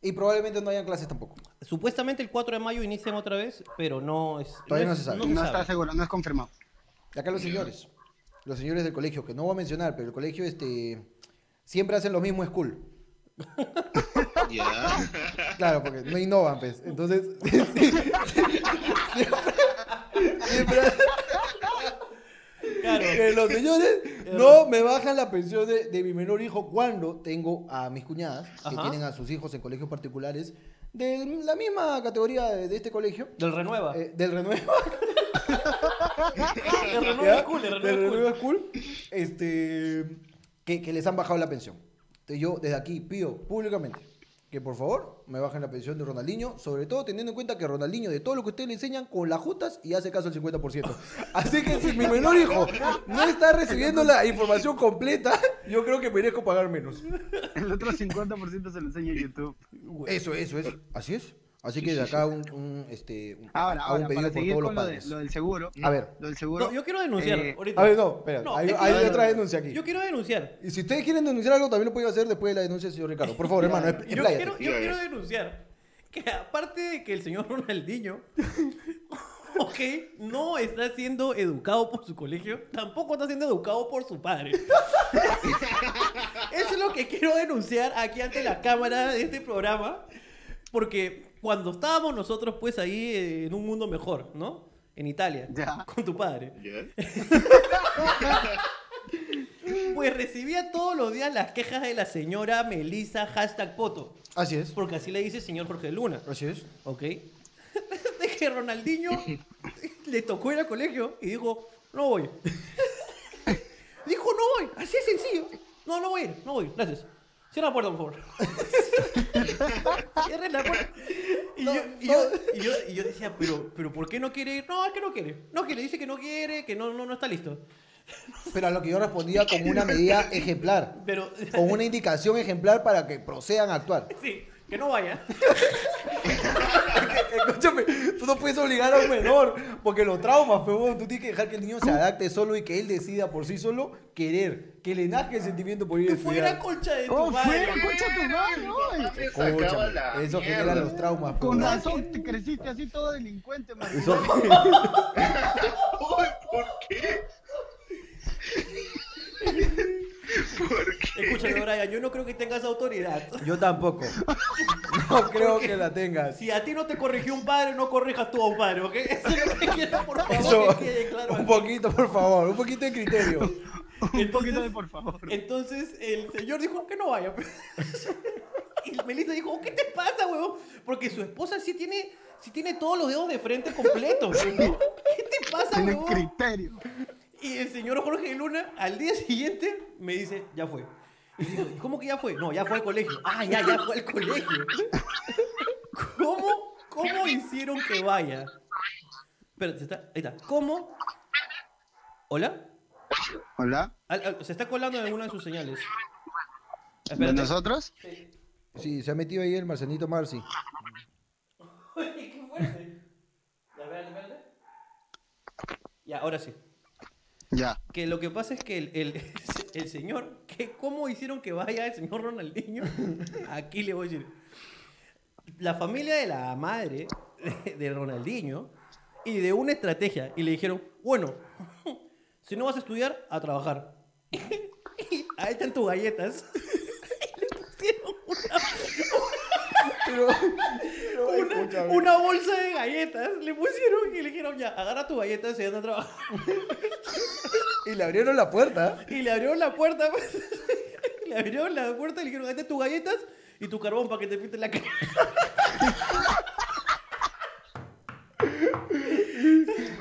C: Y probablemente no hayan clases tampoco.
B: Supuestamente el 4 de mayo inician otra vez, pero no es
C: Todavía
B: no,
C: no
B: es-
C: se sabe.
A: no, está seguro, no es confirmado.
C: Y acá los señores, los señores del colegio, que no voy a mencionar, pero el colegio este, siempre hacen lo mismo school.
D: Ya.
C: Claro, porque no innovan, pues. Entonces, siempre- siempre
B: Claro.
C: que los señores no me bajan la pensión de, de mi menor hijo cuando tengo a mis cuñadas que
B: Ajá.
C: tienen a sus hijos en colegios particulares de la misma categoría de, de este colegio.
B: Del renueva.
C: eh, del renuevo,
B: el renueva
C: ¿ya?
B: es cool, el renueva
C: del
B: es cool.
C: renuevo school, este, que, que les han bajado la pensión. Entonces yo desde aquí pido públicamente que por favor me bajen la pensión de Ronaldinho, sobre todo teniendo en cuenta que Ronaldinho de todo lo que ustedes le enseñan con las justas y hace caso al 50%. Así que si mi menor hijo no está recibiendo la información completa, yo creo que merezco pagar menos.
A: El otro 50% se lo enseña en YouTube.
C: Eso, eso, eso. Así es. Así que de acá un, un, este, un-
A: Ahora,
C: hago un
A: ahora
C: pedido
A: para
C: por
A: seguir
C: todos los
A: con lo, de-
C: padres.
A: lo del seguro.
C: A ver.
A: Lo del seguro.
B: No, yo quiero denunciar
A: eh,
B: ahorita.
C: A ver, no, espera.
B: No,
C: hay
B: es que-
C: hay otra denuncia aquí.
B: Yo quiero denunciar.
C: Y si ustedes quieren denunciar algo, también lo pueden hacer después de la denuncia del señor Ricardo. Por favor, hermano, expl-
B: Yo
C: expláyate.
B: quiero, yo
D: Ya
B: quiero
D: ves.
B: denunciar que aparte de que el señor Ronaldinho, ok, no está siendo educado por su colegio, tampoco está siendo educado por su padre. Eso es lo que quiero denunciar aquí ante la cámara de este programa, porque cuando estábamos nosotros pues ahí eh, en un mundo mejor, ¿no? En Italia,
A: Ya.
B: con tu padre.
D: Ya.
B: Pues recibía todos los días las quejas de la señora Melissa hashtag Poto.
C: Así es.
B: Porque así le dice el señor Jorge Luna,
C: Así es.
B: ¿ok? De que Ronaldinho le tocó ir al colegio y dijo, no voy. Dijo, no voy, así de sencillo. No, no voy a ir, no voy, gracias. Cierra la puerta, por favor. Cierra la puerta. Y, yo, y, yo, y yo- y yo decía, pero, pero ¿por qué no quiere ir? No, es que no quiere. No quiere, dice que no quiere, que no, no, no está listo.
C: Pero a lo que yo respondía con una medida ejemplar.
B: Pero,
C: Con una indicación ejemplar para que procedan a actuar.
B: sí, que no vaya.
C: Escúchame, tú no puedes obligar a un menor, porque los traumas, peón, tú tienes que dejar que el niño se adapte solo y que él decida por sí solo querer, que le nazca el sentimiento por ir a
B: Que fuera
C: estudiar.
B: concha de tu
A: ¡Oh,
B: madre.
A: fuera, concha tu madre, oye!
D: Me sacaba
C: Escúchame,
D: la
C: eso genera
D: mierda.
C: los traumas,
A: Con
C: huevón.
A: razón, te creciste así todo delincuente, man.
C: Eso-
D: Uy, ¿Por qué? ¿Por qué?
B: Escúchame, Brian, yo no creo que tengas autoridad.
C: Yo tampoco. No creo que la tengas.
B: Si a ti no te corrigió un padre, no corrijas tú a un padre, ¿ok? Eso es lo que quiero, por favor,
C: Eso,
B: que quede claro.
C: un
B: aquí.
C: poquito, por favor, un poquito de criterio.
A: Un poquito de
B: Entonces,
A: por favor.
B: entonces el señor dijo que no vaya. Y Melissa dijo, ¿qué te pasa, huevón? Porque su esposa sí tiene, sí tiene todos los dedos de frente completos. huevón. ¿Qué te pasa,
A: Tiene
B: huevón?
A: criterio.
B: Y el señor Jorge Luna al día siguiente me dice, ya fue. Y digo, ¿Cómo que ya fue? No, ya fue al colegio. Ah, ya, ya fue al colegio. ¿Cómo, cómo hicieron que vaya? Espera, se está, ahí está. ¿Cómo? ¿Hola?
A: Hola.
B: Al- al- se está colando en alguna de sus señales.
A: ¿De
B: Espérate.
A: nosotros?
C: Sí, se ha metido ahí el Marcenito Marci.
B: Oye, qué fuerte. Ya, espérate, espérate. Ya, ahora sí.
A: Ya.
B: Que lo que pasa es que el, el- el señor, que ¿cómo hicieron que vaya el señor Ronaldinho? Aquí le voy a decir. La familia de la madre de- de Ronaldinho y de una estrategia. Y le dijeron, bueno, si no vas a estudiar, a trabajar. Y ahí están tus galletas. Y le pusieron
C: Pero,
B: una, una bolsa de galletas. Le pusieron y le dijeron, ya, agarra tus galletas y anda a trabajar.
C: Y le abrieron la puerta.
B: Y le abrieron la puerta. pues. le abrieron la puerta y le dijeron, "Hazte tus galletas y tu carbón para que te pinte la cara.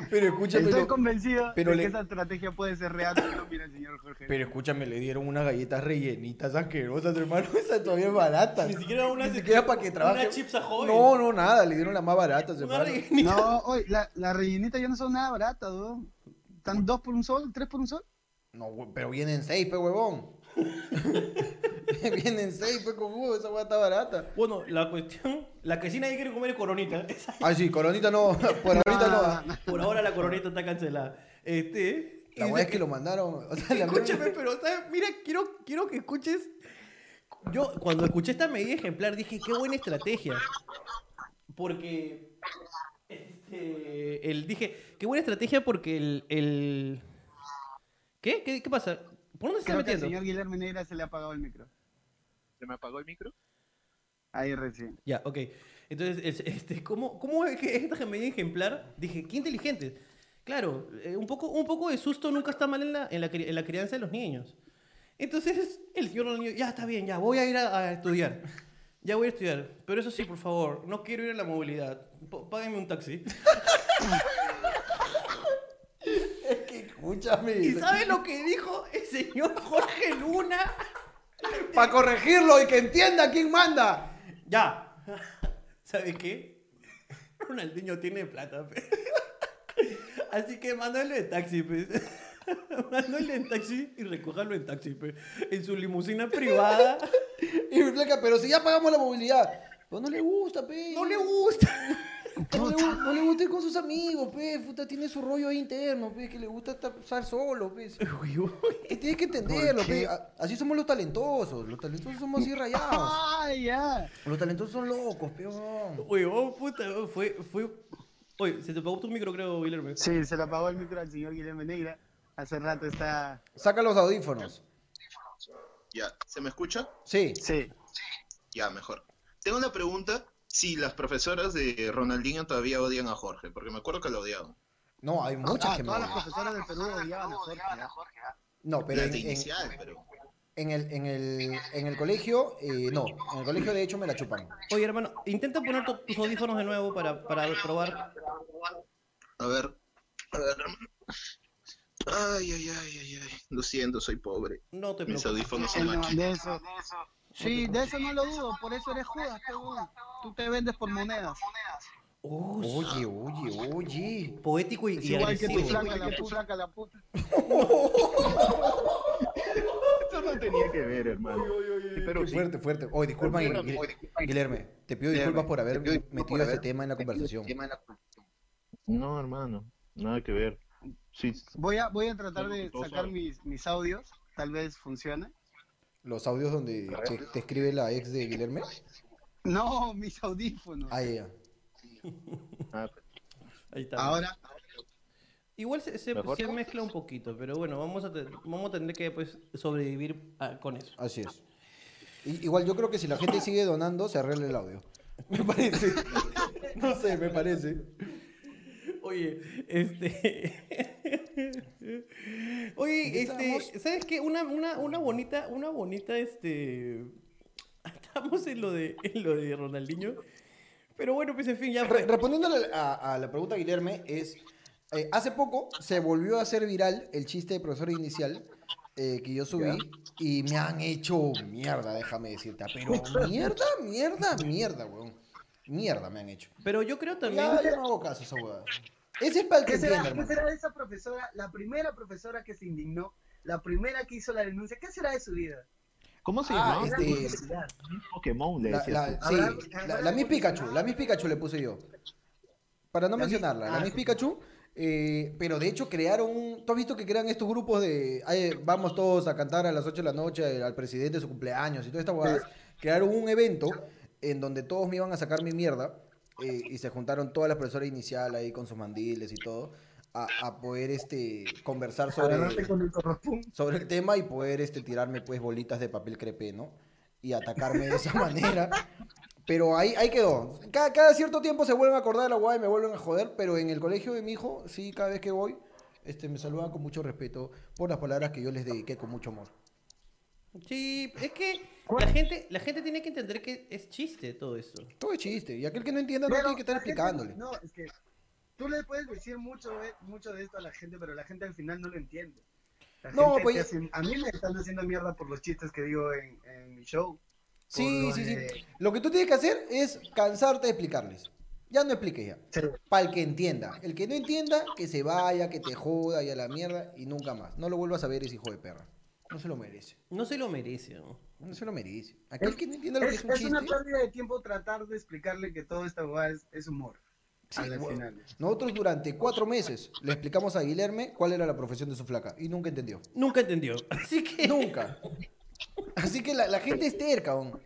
C: Pero escúchame,
A: Estoy
C: lo-
A: convencido
C: pero
A: de
C: le-
A: que esa estrategia puede ser real. pero mira, el señor Jorge.
C: pero escúchame, le dieron unas galletas rellenitas asquerosas, hermano. Esas todavía es barata.
B: Ni siquiera una
C: Ni siquiera para que trabaje.
B: Una chips a joven.
C: No, no, nada. Le dieron las más baratas,
B: Una
C: hermano.
B: rellenita.
A: No, oye, la- las rellenitas ya no son nada baratas, ¿no? ¿Están dos por un sol? ¿Tres por un sol?
C: No, hue- pero vienen seis, pe huevón. vienen seis, pe cojudo. Esa hueá está barata.
B: Bueno, la cuestión, la que sí nadie quiere comer es coronita. Esa-
C: Ay, sí, coronita no. Por ahorita no.
A: Ah,
B: Por ahora la coronita está cancelada. Este. y
C: La
B: dice
C: hueá es
B: que-
C: que lo mandaron. O sea, le abrieron-
B: Escúchame, pero ¿sabes? mira, quiero, quiero que escuches. Yo cuando escuché esta medida ejemplar dije, qué buena estrategia. Porque este, el, dije, qué buena estrategia porque el, el- ¿Qué? ¿Qué? qué pasa? ¿Por dónde se
A: Creo
B: está
A: que al
B: metiendo?
A: señor Guillermo Negra se le ha apagado el micro.
D: ¿Se me apagó el micro?
A: Ahí recién.
B: Ya, ok. Entonces, es- este, ¿cómo, ¿cómo es que esta medida ejemplar? Dije, qué inteligente. Claro, eh, un, poco, un poco de susto nunca está mal en la, en la, cri- en la crianza de los niños. Entonces, el señor Ronaldinho, ya está bien, ya voy a ir a, a estudiar. Ya voy a estudiar. Pero eso sí, por favor, no quiero ir a la movilidad. P- páguenme un taxi.
C: Escúchame.
B: ¿Y sabe lo que dijo el señor Jorge Luna?
C: Para corregirlo y que entienda quién manda.
B: Ya. ¿Sabes qué? Ronaldinho tiene plata, pe. Así que mándalo en taxi, pues. Mándalo en taxi y recójalo en taxi, pe. En su limusina privada.
C: Y me flaca, pero si ya pagamos la movilidad. Pues no le gusta, pe.
B: No le gusta.
C: No le, gu- no le gusta ir con sus amigos, pe. Puta, tiene su rollo ahí interno, pe. Que le gusta estar estar solo, pe.
B: Uy, uy.
C: Que tienes que entenderlo,
A: ¿Por qué?
C: pe. A- Así somos los talentosos. Los talentosos somos así rayados.
A: ¡Ah, ya!
C: Los talentosos son locos, peón.
B: Uy, oh, puta. oh, Fue, fue... Oye, se te apagó tu micro, creo, Guillermo.
A: Sí, se le apagó el micro al señor Guillermo Negra. Hace rato está...
C: Saca los audífonos.
D: Ya, ¿se me escucha?
C: Sí.
A: Sí.
D: Ya, mejor. Tengo una pregunta. Si las profesoras de Ronaldinho todavía odian a Jorge, porque me acuerdo que lo odiaban.
C: No, hay muchas
A: Ah,
C: que me
A: todas las
C: odian.
A: profesoras del Perú odiaban a Jorge. ¿ah?
C: No, pero en,
D: Desde
C: en-
D: inicial, pero...
C: en el, en, el, en el colegio, eh, no. En el colegio, de hecho, me la chupan.
B: Oye, hermano, intenta poner tu- tus audífonos de nuevo para, para probar.
D: A ver... A ver... Ay, ay, ay, ay, ay. Lo siento, soy pobre.
B: No te
D: Mis
B: preocupes.
D: audífonos
A: Él
D: son
A: no,
D: aquí.
A: de eso. Sí, de eso no lo dudo. Por eso eres Judas, pe, weón. Tú te vendes por monedas.
B: Oh,
C: Oye, oye, oye.
B: poético y,
A: Es
B: y
A: igual que tu
B: agresivo.
A: flaca, la puta. flaca, la puta.
D: Eso no tenía que ver, hermano.
C: Qué fuerte, fuerte. Oye, disculpa, Guil- Guil- Guilherme. Te pido disculpas por haber metido ese tema en la conversación.
D: No, hermano. Nada que ver. Sí.
A: Voy a, voy a tratar de
D: Todos
A: sacar
D: saben.
A: mis, mis audios. Tal vez funcione.
C: Los audios donde te, te escribe la ex de Guilherme.
A: No, mis audífonos.
C: Ah, ya.
D: Ah,
B: Ahí está.
A: Ahora,
B: Igual se, se-
E: Mejor.
B: se mezcla un poquito, pero bueno, vamos a, te- vamos a tener que pues, sobrevivir a- con eso.
C: Así es. I- igual yo creo que si la gente sigue donando, se arregla el audio. Me parece. No sé, me parece.
B: Oye, este. Oye, este.
C: estábamos?
B: ¿Sabes qué? Una, una, una bonita, una bonita, este. Estamos en lo de, en lo de Ronaldinho. Pero bueno, pues en fin, ya.
C: Re- respondiendo a, la- a- a la pregunta de Guillerme, es. eh, hace poco se volvió a hacer viral el chiste de profesor inicial eh, que yo subí y me han hecho mierda, déjame decirte. Pero mierda, mierda, mierda, weón. Mierda me han hecho.
B: Pero yo creo también.
C: Ya, ya no hago caso a esa huevada. Ese es para el que
A: ¿Qué será,
C: entienda,
A: ¿Qué
C: hermano.
A: será de esa profesora, la primera profesora que se indignó, la primera que hizo la denuncia? ¿Qué será de su vida?
E: ¿Cómo se
C: Ah,
E: llamaba?
C: este-
A: Gran curiosidad.
E: Pokémon, le
C: La,
E: decías
C: la,
E: tú.
C: sí,
A: Habrá-
C: la, la Miss Pikachu, la Miss Pikachu le puse yo. Para no
A: La Miss-
C: mencionarla, la
A: ah.
C: Miss Pikachu. eh, pero de hecho crearon un... ¿Tú has visto que crean estos grupos de... "Ay, vamos todos a cantar a las 8 de la noche eh, al presidente de su cumpleaños y todas estas huevadas? Crearon un evento en donde todos me iban a sacar mi mierda eh, y se juntaron todas las profesoras inicial ahí con sus mandiles y todo a, a poder este, conversar sobre
A: Agarrarte con el corrospón.
C: sobre el tema y poder este, tirarme pues bolitas de papel crepé, ¿no? Y atacarme de esa manera. Pero ahí, ahí quedó. Cada, cada cierto tiempo se vuelven a acordar de la guay y me vuelven a joder, pero en el colegio de mi hijo, sí, cada vez que voy, este, me saludan con mucho respeto por las palabras que yo les dediqué con mucho amor.
B: Sí, es que la gente, la gente tiene que entender que es chiste todo eso.
C: Todo es chiste, y aquel que no entienda no
A: Pero
C: tiene que estar
A: la gente-
C: explicándole.
A: No, es que tú le puedes decir mucho de, mucho de esto a la gente, pero la gente al final no lo entiende. La
C: No,
A: gente
C: pues-
A: te hace- a mí me están haciendo mierda por los chistes que digo en, en mi show.
C: Sí,
A: por
C: sí, sí.
A: donde-
C: Lo que tú tienes que hacer es cansarte de explicarles. Ya no expliques ya.
A: Sí.
C: Para el que entienda. El que no entienda, que se vaya, que te joda y a la mierda y nunca más. No lo vuelvas a ver ese hijo de perra. No se lo merece.
B: No se lo merece. ¿no?
C: No se lo merece. Aquel
A: Es-
C: que no entienda lo que es un
A: es una
C: chiste.
A: pérdida de tiempo tratar de explicarle que toda esta jugada es, es humor.
C: Sí,
A: a las
C: bueno.
A: finales.
C: Nosotros durante cuatro meses le explicamos a Guillerme cuál era la profesión de su flaca y nunca entendió.
B: Nunca entendió. Así que.
C: Nunca. Así que la, la gente es terca, aún.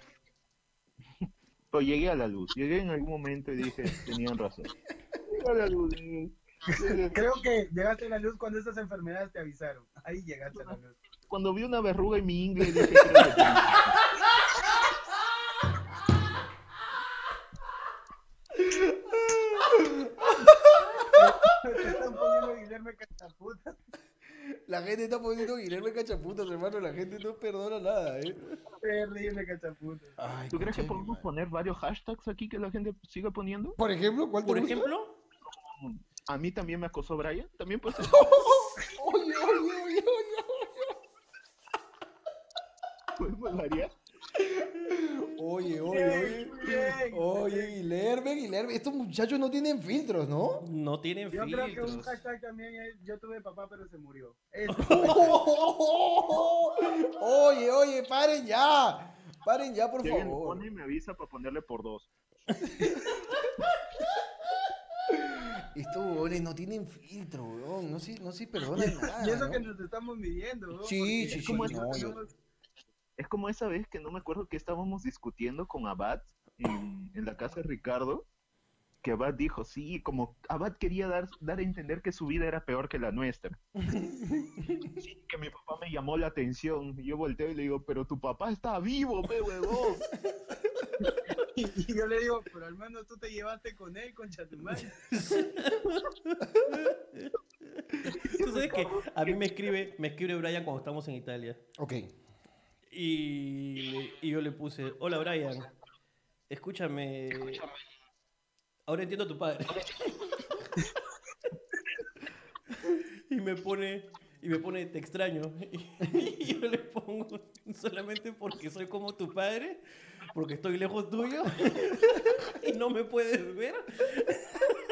E: Pero llegué a la luz. Llegué en algún momento y dije, tenían razón. Llegué a la luz. y-
A: Creo que llegaste a la luz cuando estas enfermedades te avisaron. Ahí llegaste a la luz.
E: Cuando vi una verruga en mi ingle, dije, creo que tengo".
A: Te están poniendo Guillermo Cataputa.
C: La gente está poniendo Guillerme cachaputas, hermano. La gente no perdona nada, ¿eh?
A: Terrible Cataputa.
C: Ay,
E: ¿Tú crees que
C: concha de mi
E: podemos
C: madre.
E: poner varios hashtags aquí que la gente siga poniendo?
C: Por ejemplo, ¿cuál te
B: Por
C: gusta?
B: ejemplo.
E: A mí también me acosó Brian. También pues, puede ser.
C: Oye, oye, oye,
E: Podemos variar.
C: oye. Oye, oye, oye. Oye, Guilherme, Guilherme. Estos muchachos no tienen filtros, ¿no?
B: No tienen
A: Yo creo que un
B: filtros.
A: hashtag también es yo tuve papá pero se murió. Es,
C: Oye, oye, paren ya. Paren ya, por
E: Si alguien lo
C: favor.
E: pone, me avisa para ponerle por dos.
C: Estos goles no tienen filtro, weón. No se, no se perdonan
A: y eso
C: nada.
A: que
C: ¿no?
A: nos estamos midiendo. ¿no?
C: Sí,
A: Porque
C: sí,
A: es
C: sí,
A: como
C: no,
A: eso,
C: yo-
A: tenemos-
E: Es como esa vez que no me acuerdo que estábamos discutiendo con Abad en, en la casa de Ricardo. Que Abad dijo, sí, como Abad quería dar, dar a entender que su vida era peor que la nuestra. Sí, que mi papá me llamó la atención. Y yo volteo y le digo, pero tu papá está vivo, pe huevón.
A: Y yo le digo, pero al menos tú te llevaste con él, con Chatumán.
B: Tú sabes que a mí me escribe, me escribe Brian cuando estamos en Italia.
C: Ok.
B: Y, le- y yo le puse, hola Brian, escúchame. Ahora entiendo a tu padre. y me pone, y me pone, te extraño. y yo le pongo, solamente porque soy como tu padre, porque estoy lejos tuyo y no me puedes ver.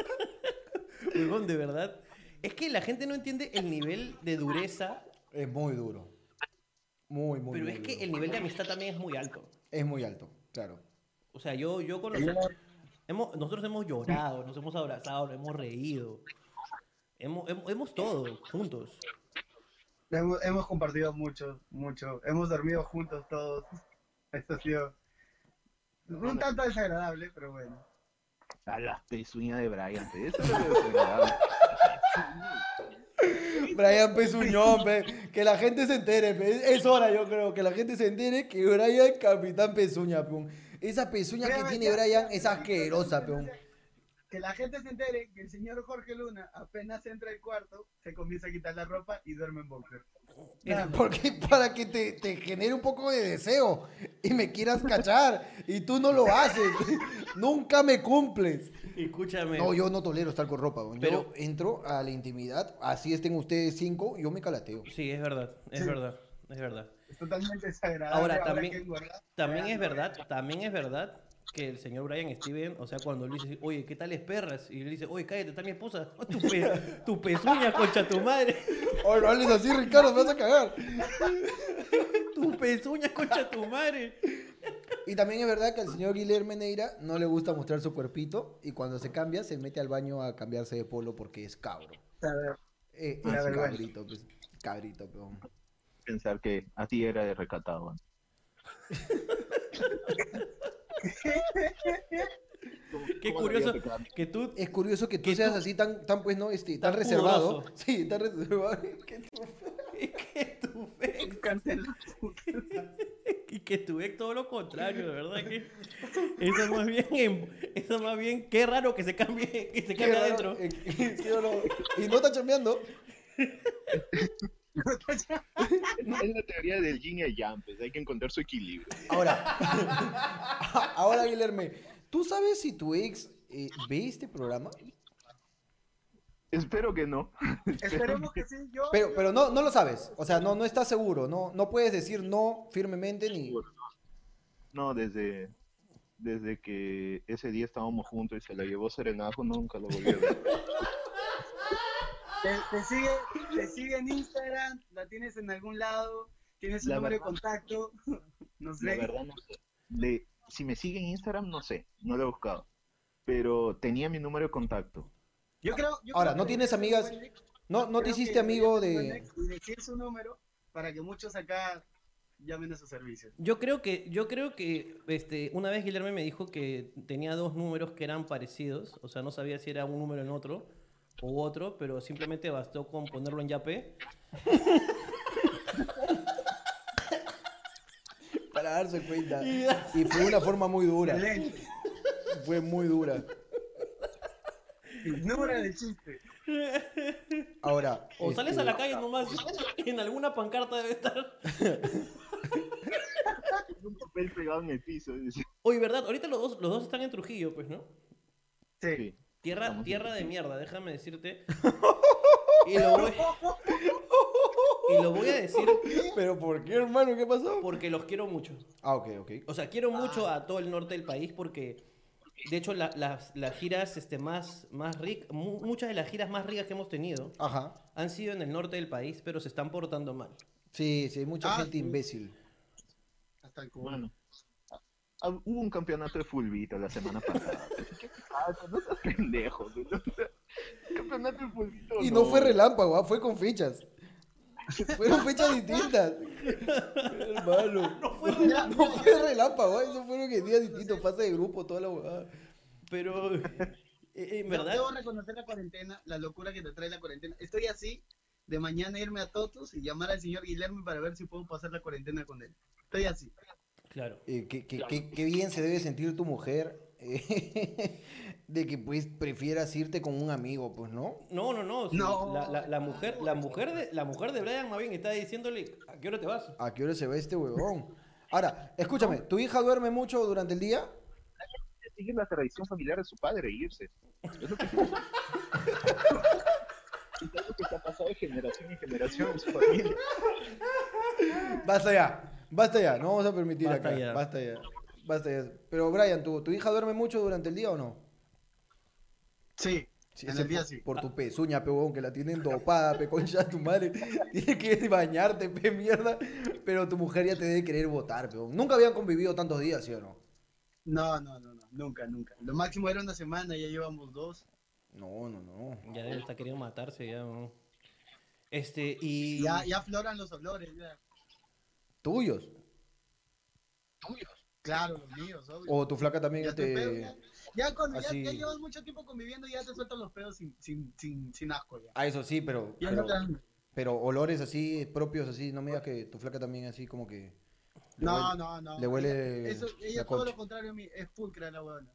B: Huevón, de verdad. Es que la gente no entiende el nivel de dureza,
C: Es muy duro. Muy, muy
B: pero
C: muy
B: es que
C: duro.
B: el nivel de amistad también es muy alto.
C: Es muy alto, claro.
B: O sea, yo, yo conocí. Hemos, nosotros hemos llorado, nos hemos abrazado, nos hemos reído. Hemos, hemos, hemos todo, juntos.
A: Hemos, hemos compartido mucho, mucho. Hemos dormido juntos todos. Eso ha sido un tanto desagradable, pero bueno.
E: A las pezuñas de Brian, pe. Eso es lo desagradable.
C: Brian Pezuñón, pe. que la gente se entere, pe. Es- es hora yo creo, que la gente se entere que Brian Capitán Pezuña, peón. Esa pezuña que
A: Brian,
C: tiene
A: ya,
C: Brian
A: ya,
C: es
A: ya,
C: asquerosa,
A: ya,
C: peón.
A: Que la gente se entere que el señor Jorge Luna apenas entra al cuarto, se comienza a quitar la ropa y duerme en boxer. Nada más.
C: Porque para que te, te genere un poco de deseo y me quieras cachar y tú no lo haces, nunca me cumples.
B: Escúchame.
C: No, yo no tolero estar con ropa, weón.
B: Pero-
C: yo entro a la intimidad, así estén ustedes cinco, yo me calateo.
B: Sí, es verdad, es verdad, es verdad.
A: Es totalmente desagradable.
B: Ahora,
A: que
B: también-
A: engordar.
B: También es verdad, también es verdad que el señor Brian Steven, o sea, cuando le dice, oye, ¿qué tal es perras? Y le dice, oye, cállate, está mi esposa. Oh, tu, pe- tu pezuña, concha tu madre.
C: Ay, Oh, no hables así, Ricardo, me vas a cagar.
B: Tu pezuña, concha tu madre.
C: Y también es verdad que al señor Guillermo Neira no le gusta mostrar su cuerpito y cuando se cambia se mete al baño a cambiarse de polo porque es cabro.
A: A ver,
C: Eh,
A: Una
C: es
A: vergüenza.
C: cabrito, pues, cabrito, peón.
E: Pensar que a ti era de recatado. ¿no?
B: Qué
E: ¿Cómo
B: curioso
E: lo había
B: que tú...
C: Es curioso que tú
B: Que
C: seas
B: tú-
C: así tan, tan pues no, este, tan,
B: Tan
C: reservado.
B: pudoroso.
C: Sí, tan reservado. Que tú-
B: Y que tu ex,
A: cancela.
B: y que tu ex todo lo contrario, de verdad que... Eso más bien, en- eso más bien, qué raro que se cambie, que se
C: Qué
B: cambie
C: raro,
B: adentro.
C: eh, que- sí o no. Y no está chambeando.
E: Es la teoría del yin y el yang, pues, hay que encontrar su equilibrio.
C: Ahora, ahora Guillermo, ¿tú sabes si tu ex eh, ve este programa?
E: Espero que no.
A: Esperemos que sí, yo.
C: Pero, pero no, no lo sabes. O sea, no, no estás seguro. No, no puedes decir no firmemente ni.
E: No, desde, desde que ese día estábamos juntos y se la llevó Serenajo, nunca lo volví a ver.
A: Te, te sigue, te sigue en Instagram, la tienes en algún lado, tienes su
E: La
A: número
E: verdad.
A: de contacto. Nos
E: La
A: ves.
E: verdad no sé. Le- si me sigue en Instagram, no sé, no lo he buscado. Pero tenía mi número de contacto.
A: Yo creo. yo
C: Ahora,
A: creo
C: ¿no
A: que
C: tienes
A: es un
C: amigas?
A: buen ex.
C: No, no te
A: Creo que
C: hiciste amigo
A: debería ser un buen
C: de.
A: ex Y decir su número para que muchos acá llamen a sus servicios.
B: Yo creo que, yo creo que este, una vez Guillermo me dijo que tenía dos números que eran parecidos, o sea, no sabía si era un número en otro u otro, pero simplemente bastó con ponerlo en Yape.
C: Para darse cuenta.
B: Y da-
C: Y fue una forma muy dura.
A: Excelente.
C: Fue muy dura.
A: Número de chiste.
C: Ahora.
B: O sales a la
C: este,
B: calle nomás, en alguna pancarta debe estar.
E: Un papel pegado en el piso. dice.
B: Oye, ¿verdad? Ahorita los dos, los dos están en Trujillo, pues, ¿no?
A: Sí.
E: Sí.
B: Tierra,
E: Estamos
B: tierra
E: en
B: de
E: Trujillo.
B: mierda, déjame decirte. Y lo voy, y lo voy a decir
C: ¿Pero por qué, hermano? ¿Qué pasó?
B: porque los quiero mucho.
C: Ah, ok, ok.
B: O sea, quiero mucho a todo el norte del país porque, de hecho, la- las, las giras este, más, más ricas, muchas de las giras más ricas que hemos tenido
C: Ajá.
B: han sido en el norte del país, pero se están portando mal.
C: Sí, sí, hay mucha
A: Ah,
C: gente
A: sí.
C: imbécil.
A: Hasta el cubo.
E: Bueno. Ah, Hubo un campeonato de fulbito la semana pasada. ¿Qué te pasa? No seas pendejo. tú, ¿no? Campeonato de fulbito.
C: Y no fue relámpago, ah, fue con fichas. Fueron fechas distintas. hermano. No fue relámpago. No fue relámpago, ah, eso fueron que días distintos, fase de grupo, toda la huevada.
B: Pero, eh, en
A: Yo
B: verdad,
A: Debo reconocer la cuarentena, la locura que te trae la cuarentena. Estoy así de mañana irme a Totos y llamar al señor Guillermo para ver si puedo pasar la cuarentena con él. Estoy así.
B: claro.
C: Eh, qué, qué- qué- qué bien se debe sentir tu mujer eh, de que pues prefieras irte con un amigo, pues, ¿no?
B: No, no, no. sí,
A: No.
B: La, la- la mujer, la, mujer de, la mujer de Brian más bien está diciéndole, ¿a qué hora te vas?
C: ¿A qué hora se va este huevón? Ahora, escúchame, ¿tu hija duerme mucho durante el día?
E: Sigue la tradición familiar de su padre irse. Es lo que Es algo que se ha pasado de generación en generación en su familia.
C: Basta ya, basta ya, no vamos a permitir
B: Basta
C: acá.
B: ya.
C: Basta ya, basta ya. Pero Brian, ¿tu, tu hija duerme mucho durante el día o no?
A: Sí,
C: Sí,
A: en
C: ese
A: el día
C: por,
A: sí.
C: Por tu pezuña, pe huevón, que la tienen dopada, pe concha de tu madre. Tienes que bañarte, pe mierda. Pero tu mujer ya te debe querer votar, pe huevón. Nunca habían convivido tantos días, ¿sí o no?
A: No, no, no, no, nunca, nunca. Lo máximo era una semana, ya llevamos dos.
C: No, no, no.
B: Ya él está queriendo matarse, ya. ¿no? Este, y...
A: Ya, ya afloran los olores, ya.
C: Tuyos.
A: Claro, los míos, obvio.
C: O este, tu flaca también
A: Ya
C: te,
A: estoy pedo, ya.
F: Ya cuando ya,
B: Así.
F: ya llevas mucho tiempo conviviendo, ya te sueltan los pedos sin, sin, sin, sin asco ya.
C: Ah, eso sí, pero,
F: Ya
C: pero,
F: no te dan-
C: pero olores así, propios así, no me digas que tu flaca también así como que... le
F: No,
C: huele-
F: no, no.
C: le huele
F: Eso, ella
C: la
F: todo
C: concha.
F: lo contrario a mí, es pulcra la huevona.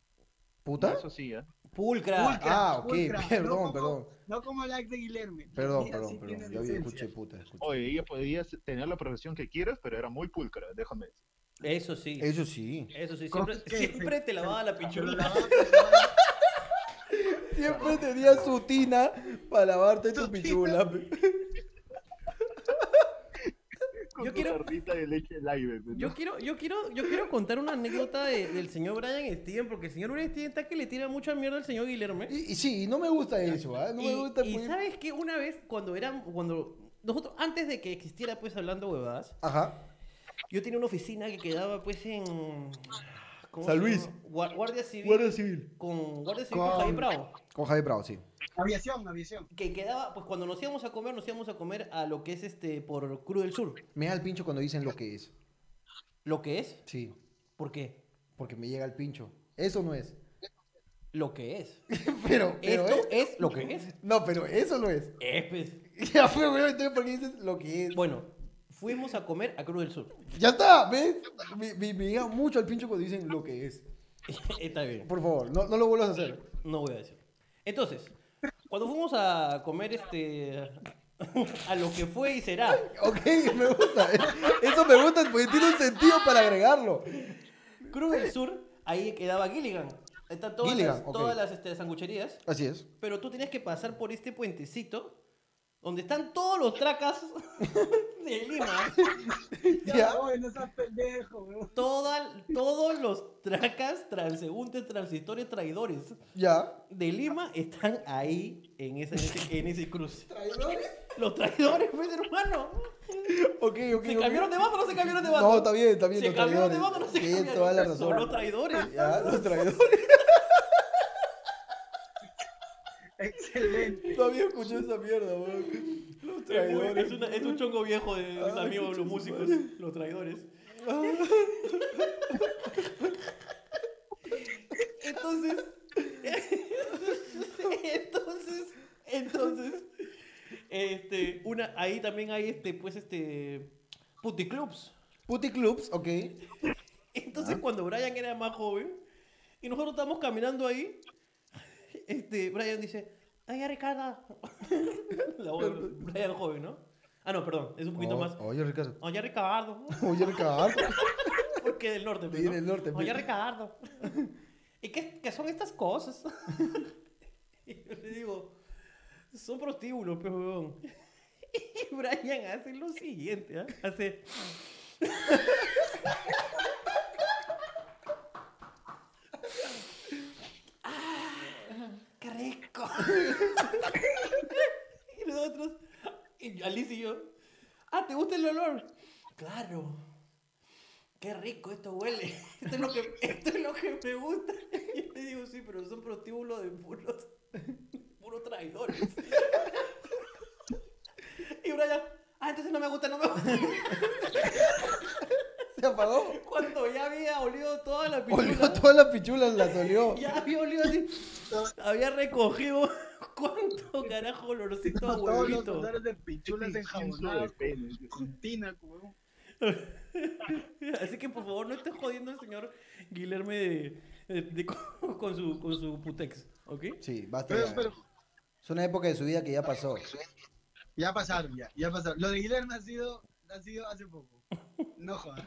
C: ¿Puta?
E: Eso sí, ¿eh?
B: Pulcra.
C: Ah, ok,
F: pulcra, no
C: perdón,
F: como-
C: perdón.
F: No como la ex de Guillerme.
C: Perdón,
F: Sí,
C: perdón,
F: sí
C: perdón.
F: tiene
C: Yo vi-
F: decencia.
C: escuché puta, escuché.
E: Oye, ella podía tener la profesión que quieras, pero era muy pulcra, déjame decir.
B: Eso sí.
C: Eso sí.
B: Eso sí.
F: Creo
B: Siempre,
F: que-
B: siempre te lavaba la
F: Pero
B: pichula.
F: la va a presionar.
C: Siempre tenía su tina para lavarte tu pichula. pe.
E: Con
B: Yo
E: tu
B: quiero-
E: jarrita de leche al aire, ¿no?
B: Yo quiero, yo quiero, yo quiero contar una anécdota de- del señor Brian Steven, porque el señor Brian Steven está que le tira mucha mierda al señor Guillermo. ¿eh?
C: Y, y sí, no me gusta eso, ¿ah? No
B: y,
C: me gusta.
B: y
C: pues.
B: sabes que una vez cuando eran, cuando nosotros antes de que existiera pues hablando huevadas,
C: Ajá.
B: yo tenía una oficina que quedaba pues en ¿cómo
C: San
B: se
C: Luis.
B: llama? Gua- Guardia Civil
C: Civil.
B: con Guardia Civil con Javier Bravo.
C: Con Javier Bravo, sí.
F: Aviación, aviación.
B: Que quedaba, pues cuando nos íbamos a comer, nos íbamos a comer a lo que es este por Cruz del Sur.
C: Me da el pincho cuando dicen lo que es.
B: Lo que es,
C: Sí,
B: ¿por qué?
C: porque me llega el pincho. Eso no es.
B: Lo que es.
C: pero, pero
B: Esto es lo que es.
C: No, pero eso no es.
B: Es pues.
C: Ya fue, güey, entonces porque dices lo que es.
B: Bueno, fuimos a comer a Cruz del Sur.
C: Ya está, ¿ves? Me, me- me llega mucho el pincho cuando dicen lo que es.
B: Está bien,
C: Por favor, no, no lo vuelvas a hacer.
B: no voy a decir. Entonces, cuando fuimos a comer este a lo que fue y será,
C: Ok, me gusta. Eso me gusta porque tiene un sentido para agregarlo.
B: Cruz del Sur, ahí quedaba Gilligan. Están todas
C: Gilligan,
B: las,
C: ok.
B: todas las este, sangucherías,
C: Así es.
B: pero tú tenías que pasar por este puentecito donde están todos los tracas de Lima.
F: Ya,
C: Ya.
F: oye, no seas pendejo, weón.
B: Toda- todos los tracas, transeúntes, transitorios, traidores
C: Ya.
B: de Lima están ahí en ese, en ese, en ese cruce. Los traidores, pues, hermano.
C: Ok, ok.
B: ¿Se
C: ok.
B: cambiaron de bando o no se cambiaron de bando?
C: No, está bien, está bien.
B: ¿Se
C: los
B: cambiaron de
C: traidores.
B: bando o no se
C: Tienes
B: cambiaron?
C: toda la
B: Son los
C: razón.
B: traidores.
C: Ya, los traidores.
F: Excelente.
C: Todavía escuché esa mierda, weón. Los
B: Es, muy-
C: traidores.
B: es una- es un chongo viejo de, de mis
C: Ay,
B: amigos, los
C: concha
B: músicos, los traidores. Entonces, entonces, entonces, este, una, ahí también hay este, pues este, puticlubs.
C: Putty Clubs, ok.
B: Entonces, cuando Brian era más joven y nosotros estábamos caminando ahí, este, Brian dice: ¡Ay, Ricarda! La voz de Brian joven, ¿no? Ah, no, perdón, es un poquito
C: Oh,
B: más.
C: Oye, Ricardo.
B: Oye, Ricardo.
C: Oye, Ricardo.
B: Porque del norte, pues,
C: Sí,
B: ¿no?
C: del norte,
B: Oye,
C: pues.
B: Ricardo. ¿Y qué, qué son estas cosas? Y yo le digo: Son prostíbulos, pero weón. Y Brian hace lo siguiente: ¿ah? Hace. Ah, ¡Qué rico! y nosotros, y Alice y yo, ah, ¿te gusta el olor? Claro. Qué rico esto huele. Esto es lo que, esto es lo que me gusta. Y yo le digo, sí, pero son prostíbulos de puros, puros traidores. y Brian, ah, entonces no me gusta, no me gusta.
C: Se apagó.
B: Cuando ya había olido toda la
C: Olió
B: pichula.
C: todas las pichulas, las olió.
B: Ya había olido así. Había recogido cuánto carajo olorcito a
F: Todos los
B: huevito.
F: colores de pichulas
E: Incienso Este de
F: enjabonadas
E: pene.
F: con tina, weón.
B: Así que por favor no esté jodiendo al señor Guillermo de, de- de- con, con su, con su putex, ¿ok?
C: Sí, basta.
F: Pero,
C: ya.
F: pero
C: Es una época de su vida que ya pasó.
F: ya pasaron, ya, ya pasaron. Lo de Guillermo ha sido, ha sido hace poco. No jodas.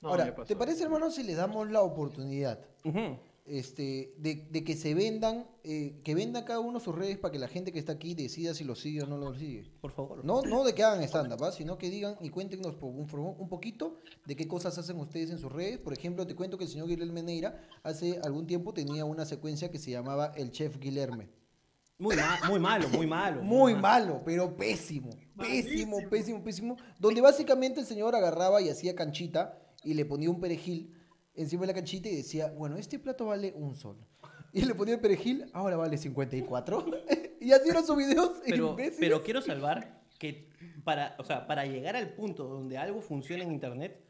E: No, ya
C: Ahora,
E: pasó.
C: ¿te parece, hermano, si les damos la oportunidad
B: Ujú.
C: este, de, de que se vendan, eh, que venda cada uno sus redes para que la gente que está aquí decida si lo sigue o no lo sigue?
B: Por favor.
C: No, no de que hagan stand-up, ¿ah? sino que digan y cuéntenos por un, por un poquito de qué cosas hacen ustedes en sus redes. Por ejemplo, te cuento que el señor Guillermo Meneira hace algún tiempo tenía una secuencia que se llamaba El Chef Guillermo.
B: Muy, ma- muy malo, muy malo.
C: Muy
B: ma-
C: malo, pero pésimo. Pésimo,
F: Malísimo.
C: pésimo, pésimo. Donde básicamente el señor agarraba y hacía canchita y le ponía un perejil encima de la canchita y decía, bueno, este plato vale un sol. Y le ponía el perejil, ahora vale 54. y así eran sus videos
B: Pero,
C: imbéciles.
B: pero quiero salvar que para, o sea, para llegar al punto donde algo funciona en internet,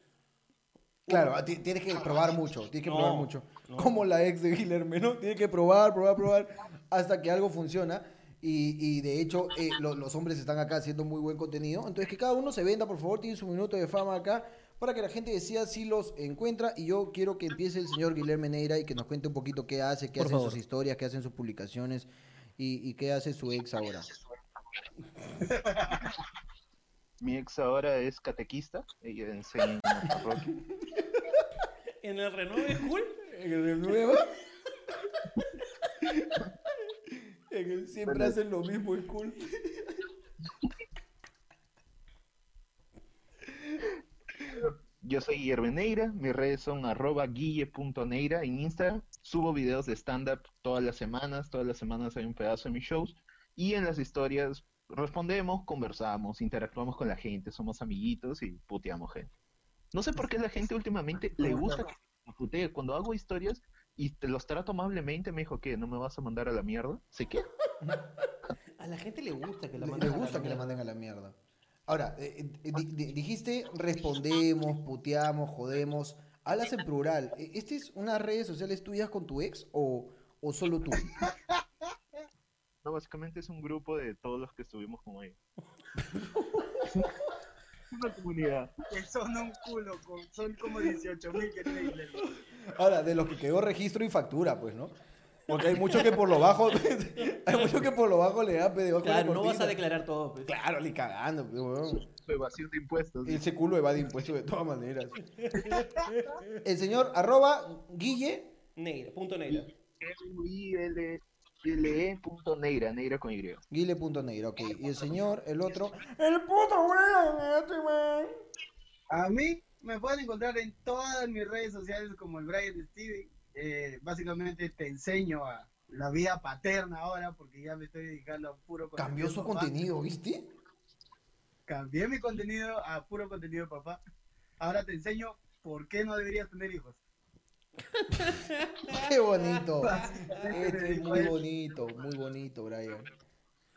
C: Claro, ti- tienes que probar mucho, tienes que
B: No,
C: probar mucho.
B: no.
C: Como la ex de Guillermo, ¿no? Tienes que probar, probar, probar, hasta que algo funciona. Y, y de hecho, eh, lo- los hombres están acá haciendo muy buen contenido. Entonces, que cada uno se venda, por favor, tiene su minuto de fama acá, para que la gente decida si los encuentra. Y yo quiero que empiece el señor Guillermo Neira y que nos cuente un poquito qué hace, qué
B: Por
C: hacen
B: favor.
C: sus historias, qué hacen sus publicaciones y, y qué hace su ex ahora.
E: Mi ex ahora es catequista, ella enseña en la parroquia.
B: En el renove cool.
C: Siempre hacen lo mismo, es cool.
E: Yo soy Guillermo Neira, mis redes son arroba guille.neira en Instagram. Subo videos de stand-up todas las semanas, todas las semanas hay un pedazo de mis shows. Y en las historias respondemos, conversamos, interactuamos con la gente, somos amiguitos y puteamos gente. No sé por qué la gente últimamente le gusta que me putee. Cuando hago historias y te los trato amablemente, me dijo que no me vas a mandar a la mierda. ¿Se qué?
B: A la gente le gusta que la
C: Le-
B: manden.
C: le gusta que la manden a la mierda. Ahora, eh, eh, di- di- dijiste respondemos, puteamos, jodemos. Hablas en plural. Eh, ¿Este es unas redes sociales tuyas con tu ex o, o solo tú?
E: No, básicamente es un grupo de todos los que estuvimos con ella. Una comunidad.
A: Que son un culo, con- son como 18 mil que tiene Guillermo.
C: Ahora, de los que quedó registro y factura, pues, ¿no? Porque hay muchos que por lo bajo, hay muchos que por lo bajo le da pedo.
B: Claro, no vas a declarar todo. pues.
C: Claro, ni cagando, pues, weón.
E: de evasión de impuestos.
C: Ese culo evade impuestos de todas maneras. El señor arroba Guille
B: Negra, punto negra.
E: L-E.neira, E, neira con Y.
C: Guile.neira, ok. Y el señor, el otro. ¡El puto weón! Este weón.
A: A mí me pueden encontrar en todas mis redes sociales como el Brian Steven. Eh, básicamente te enseño a la vida paterna ahora porque ya me estoy dedicando a puro contenido.
C: Cambió su
A: papá.
C: contenido, ¿viste?
A: Cambié mi contenido a puro contenido, papá. Ahora te enseño por qué no deberías tener hijos.
C: ¡Qué bonito! Este es muy bonito, muy bonito, Brian.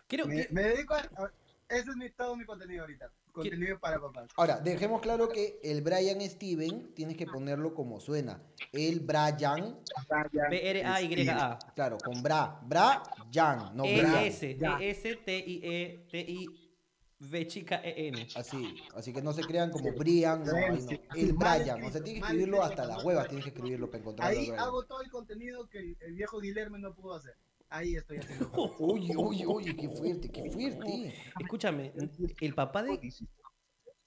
B: Creo
A: Me,
B: que.
A: me dedico a... a- Ese es mi, todo mi contenido ahorita. Contenido para papás.
C: Ahora, dejemos claro que el Brian Steven tienes que ponerlo como suena. El Brian,
A: Ah,
B: B-R-A-Y-A.
C: claro, con Bra. Brian, no
B: E,
C: Brian.
B: E-S-T-I-E-T-I-V chica E E-N.
C: Así, así que no se crean como Brian, no, ahí no. El Brian, o sea, tienes que escribirlo hasta las huevas, tienes que escribirlo para encontrarlo.
A: Ahí
C: al Brian.
A: hago todo el contenido que el, el viejo Guillermo no pudo hacer. Ahí estoy haciendo.
C: Oye, oye, oye, qué fuerte, qué fuerte.
B: Escúchame, el papá de.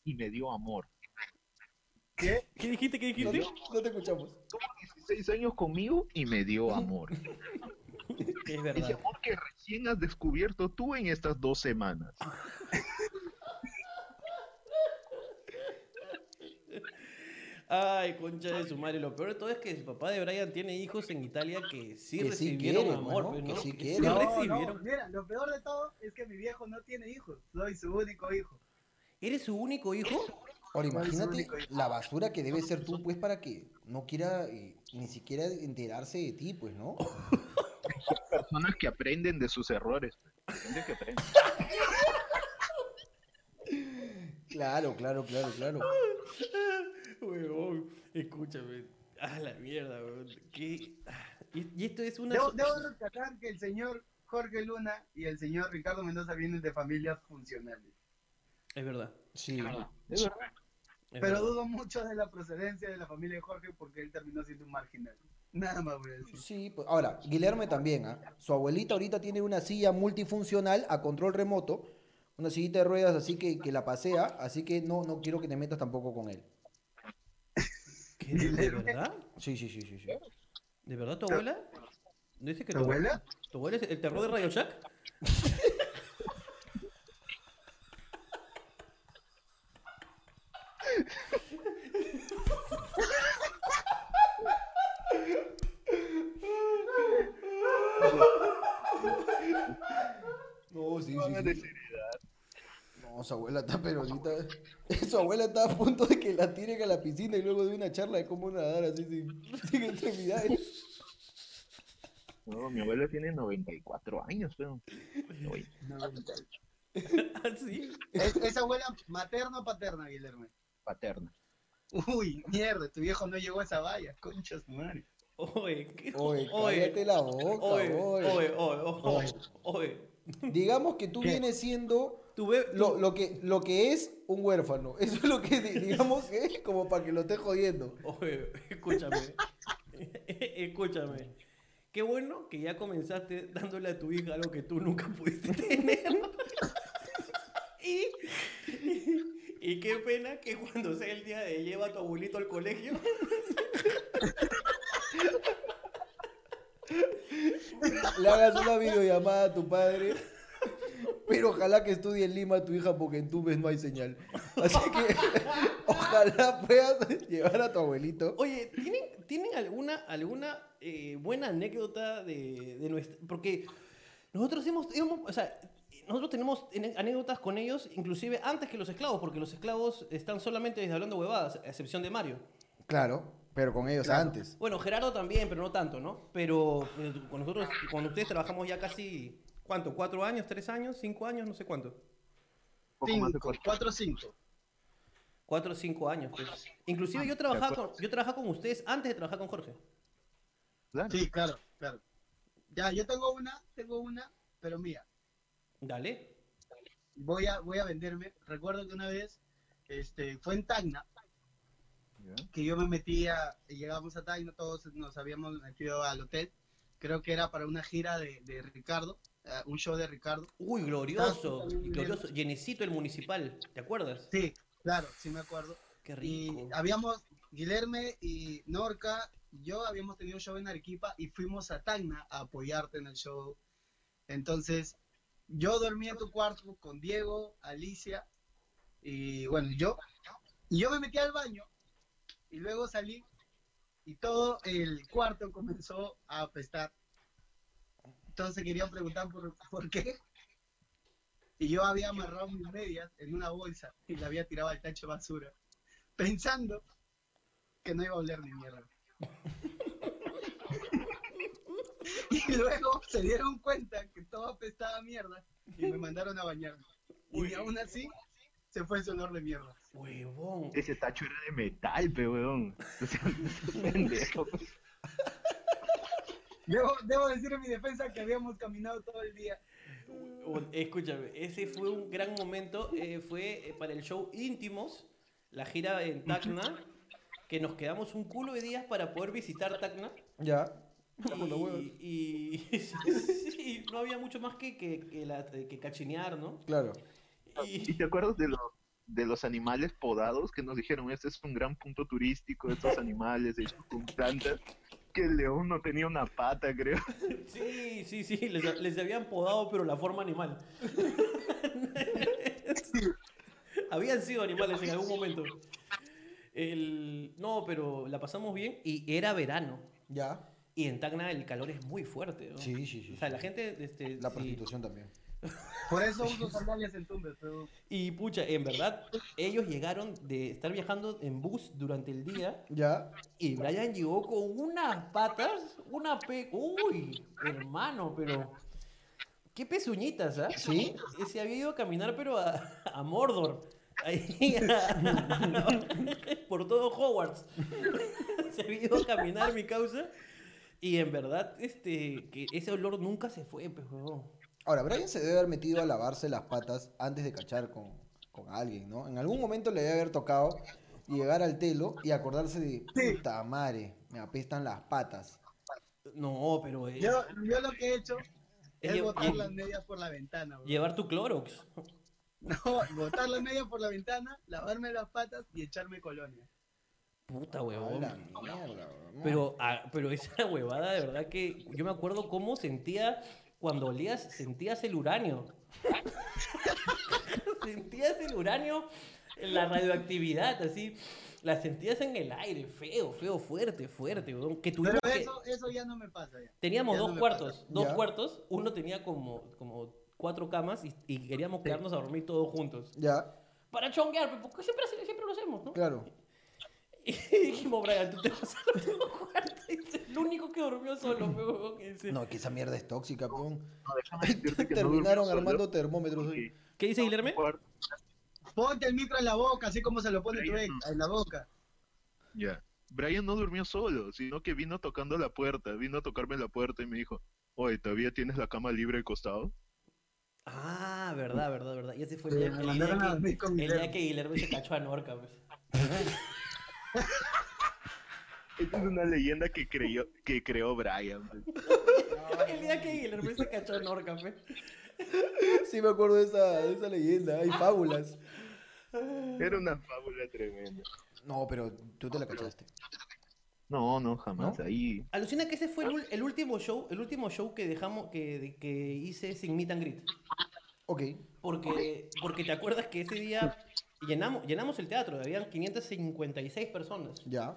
E: Y me dio amor.
A: ¿Qué?
B: ¿Qué dijiste? ¿Qué
C: No,
B: dijiste?
C: no te escuchamos.
E: Tuvo 16 años conmigo y me dio amor.
B: Es
E: Ese
B: verdad.
E: amor que recién has descubierto tú en estas dos semanas.
B: Ay, concha de su madre. Lo peor de todo es que el papá de Brian tiene hijos en Italia que sí
C: Que sí
B: recibieron
C: quieren,
B: amor,
C: ¿no?
B: pues,
C: Que
B: ¿no?
C: sí
B: Que
C: quieren.
B: sí
A: No,
B: recibieron.
A: no, mira, lo peor de todo es que mi viejo no tiene hijos. Soy su único hijo.
B: ¿Eres su único hijo?
C: Ahora
A: ¿Cuál es su
C: imagínate
A: único hijo?
C: la basura que debe ser tú, pues, para que no quiera eh, ni siquiera enterarse de ti, pues, ¿no?
E: Personas que aprenden de sus errores. Gente que aprende.
C: Claro, claro, claro, claro.
B: Huevón, escúchame. Ah, la mierda, weón. ¿Qué? Ah, Y, y esto es una.
A: Debo,
B: so-
A: debo destacar que el señor Jorge Luna y el señor Ricardo Mendoza vienen de familias funcionales.
B: Es verdad.
C: Sí.
E: Es verdad.
B: es
A: Pero
B: verdad.
A: dudo mucho de la procedencia de la familia de Jorge porque él terminó siendo un marginal. Nada más voy a decir.
C: Sí, pues. Ahora, Guillermo también, ¿ah? Su abuelita ahorita tiene una silla multifuncional a control remoto, una sillita de ruedas, así que, que la pasea, así que no, no quiero que te metas tampoco con él.
B: ¿Qué? ¿De verdad?
C: Sí, sí, sí, sí, sí.
B: ¿De verdad tu abuela? ¿No dice que
A: ¿Tu abuela?
B: ¿Tu abuela es el terror de Radio Shack?
C: No, sí,
E: Una
C: sí, sí.
E: seriedad.
C: No, su abuela está pero ahorita. Su abuela está a punto de que la tiren a la piscina y luego de una charla de cómo nadar así sin, sin extremidades.
E: No, mi abuela tiene 94 años, pero. Oye,
B: ¿Ah, sí?
A: ¿Es, es abuela materna o paterna, Guillermo?
E: paterna.
A: Uy, mierda, tu viejo no llegó a esa valla, conchas, madre.
B: Oye, ¿qué-
C: Oye, cállate la boca,
B: oye,
C: oye.
B: oye, oye, oye, oye.
C: Digamos que tú
A: ¿Qué?
C: vienes siendo
B: Tú ves,
C: lo, lo que, lo que es un huérfano. Eso es lo que di- digamos que es como para que lo estés jodiendo.
B: Oye, escúchame. escúchame. Qué bueno que ya comenzaste dándole a tu hija algo que tú nunca pudiste tener. y, y qué pena que cuando sea el día de lleva a tu abuelito al colegio.
C: Le hagas una videollamada a tu padre. Pero ojalá que estudie en Lima tu hija porque en Tumbes no hay señal. Así que ojalá puedas llevar a tu abuelito.
B: Oye, ¿tienen, ¿tienen alguna, alguna eh, buena anécdota de, de nuestra...? Porque nosotros hemos, hemos- o sea, nosotros tenemos ane- anécdotas con ellos, inclusive antes que los esclavos, porque los esclavos están solamente hablando huevadas, a excepción de Mario.
C: Claro, pero con ellos
A: Claro.
C: antes.
B: Bueno, Gerardo también, pero no tanto, ¿no? Pero eh, con nosotros, con ustedes trabajamos ya casi, ¿cuánto? ¿Cuatro años? ¿Tres años? ¿Cinco años? No sé cuánto.
E: poco más de
A: Cinco,
E: cuatro.
A: cuatro, cinco.
B: Cuatro o cinco años. pues. Inclusive yo trabajaba, con, yo trabajaba con ustedes antes de trabajar con Jorge.
E: Claro.
A: Sí, claro, claro. Ya, yo tengo una, tengo una, pero mía.
B: Dale.
A: voy a, voy a venderme. Recuerdo que una vez este, fue en Tacna
E: Ya.
A: que yo me metía, llegamos a Tacna, todos nos habíamos metido al hotel. Creo que era para una gira de, de Ricardo, eh, un show de Ricardo.
B: Uy, glorioso, glorioso. Llenecito el municipal, ¿te acuerdas?
A: Ah, Sí, claro, sí me acuerdo.
B: Qué rico.
A: Y habíamos, Guilherme y Norca, yo habíamos tenido un show en Arequipa y fuimos a Tacna a apoyarte en el show. Entonces, yo dormí en tu cuarto con Diego, Alicia y bueno, yo. Y yo me metí al baño y luego salí y todo el cuarto comenzó a apestar. Entonces querían preguntar por, por qué. Y yo había amarrado mis medias en una bolsa y la había tirado al tacho de basura pensando que no iba a oler ni mierda. y luego se dieron cuenta que todo apestaba a mierda y me mandaron a bañarme. Y aún así se fue ese olor de mierda.
B: Huevón.
E: Ese tacho era de metal, pe, weón. O sea, pendejo.
A: Debo, debo decir en mi defensa que habíamos caminado todo el día.
B: Bueno, Escúchame, ese fue un gran momento. eh, fue eh, para el show Íntimos, la gira en Tacna, que nos quedamos un culo de días para poder visitar Tacna.
C: Ya.
B: Y, y- sí, no había mucho más que, que, que la- que cachinear, ¿no?
C: Claro.
E: ¿Y
C: Ah,
B: Y,
E: te acuerdas de los de los animales podados que nos dijeron este es un gran punto turístico estos animales hechos con plantas que el león no tenía una pata creo
B: sí, sí, sí, les, les habían podado, pero la forma animal. Habían sido animales en algún momento. El- no, pero la pasamos bien y era verano.
C: Ya.
B: Y en Tacna el calor es muy fuerte. ¿no?
C: Sí, sí, sí.
B: O sea, la gente. Este,
C: La
B: sí.
C: prostitución también.
A: Por eso uso sandalias en tumbes, pero
B: Y pucha, en verdad, ellos llegaron de estar viajando en bus durante el día.
C: Ya.
B: Y Brian llegó con unas patas, una pe. Uy, hermano, pero. Qué pezuñitas, ¿ah?
C: Sí.
B: Se había ido a caminar, pero a, a Mordor. Ahí, a- por todo Hogwarts. Se había ido a caminar, mi causa. Y en verdad, este, que ese olor nunca se fue, pues, huevón.
C: Ahora, Brian se debe haber metido a lavarse las patas antes de cachar con, con alguien, ¿no? En algún momento le debe haber tocado y llegar al telo y acordarse de puta madre, me apestan las patas.
B: No, pero. eh,
A: yo, yo lo que he hecho
B: es
A: es
B: lle-
A: botar
B: lle-
A: las medias por la ventana. bro.
B: llevar tu Clorox.
A: No, botar las medias por la ventana, lavarme las patas y echarme colonia.
B: Puta,
C: A
B: huevón.
C: la mierda, weón.
B: Pero, ah, pero esa huevada, de verdad que yo me acuerdo cómo sentía cuando olías, sentías el uranio. sentías el uranio, la radioactividad, así. La sentías en el aire, feo, feo, fuerte, fuerte, weón. Que
A: Pero
B: tuvimos que-
A: eso, eso ya no me pasa ya.
B: Teníamos
A: ya no
B: dos
A: me
B: cuartos, dos
C: Ya.
B: cuartos. Uno tenía como, como cuatro camas y, y queríamos quedarnos a dormir todos juntos.
C: Ya,
B: Para chonguear, pues, porque siempre, hace- siempre lo hacemos, ¿no?
C: claro.
B: Y dijimos, Brian, tú te vas al último cuarto. Y dice, el único que durmió solo, fue huevón. Y dice,
C: No, que esa mierda es tóxica, weón.
E: No, déjame decirte que no durmió
C: Terminaron
E: solo,
C: armando termómetros.
E: porque
B: ¿Qué dice
E: en un
B: Guilherme?
E: cuarto-
A: Ponte el micro en la boca, así como se lo pone tu ex, en la boca.
E: Ya. Brian no durmió solo, sino que vino tocando la puerta, vino a tocarme la puerta y me dijo, oye, ¿todavía tienes la cama libre al costado?
B: Ah, verdad, verdad, verdad. Y ese fue
F: Sí,
B: el día,
F: me
B: el día
F: mandaron a
B: que,
F: dormir con
B: el día
F: Guillermo.
B: que Guillermo se cachó a Norca, pues.
E: Esta es una leyenda que creyó, que creó Brian.
B: El día que Guillermo se cachó a Norca, pues.
C: Sí, me acuerdo de esa, de esa leyenda. Hay fábulas.
E: Era una fábula tremenda.
C: No, pero tú te la cachaste.
E: No, no, jamás.
C: ¿No?
E: Ahí.
B: Alucina que ese fue el, ul- el último show, el último show que dejamos, que, de- que hice sin meet and greet.
C: Ok.
B: Porque, porque te acuerdas que ese día llenamos, llenamos el teatro, habían 556 personas.
C: Ya.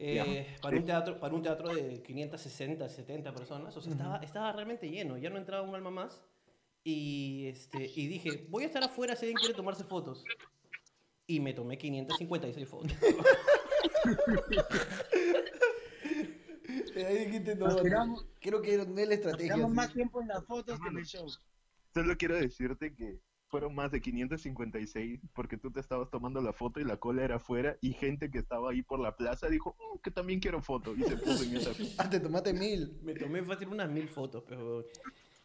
B: Eh, para, un teatro, para un teatro de 560, 70 personas. O sea, estaba, estaba realmente lleno, ya no entraba un alma más. Y, este, y dije, voy a estar afuera si alguien quiere tomarse fotos. Y me tomé 556 fotos.
C: Eh, Ahí dijiste, no,
F: Nos tiramos-
C: creo que no es la estrategia.
F: Estamos
C: sí.
F: más tiempo en las fotos que en el show.
E: Solo quiero decirte que fueron más de 556 porque tú te estabas tomando la foto y la cola era afuera y gente que estaba ahí por la plaza dijo, "Mm, que también quiero foto. Y se puso en esa fila.
C: Ah, te tomaste mil.
B: Me tomé fácil unas mil fotos, pero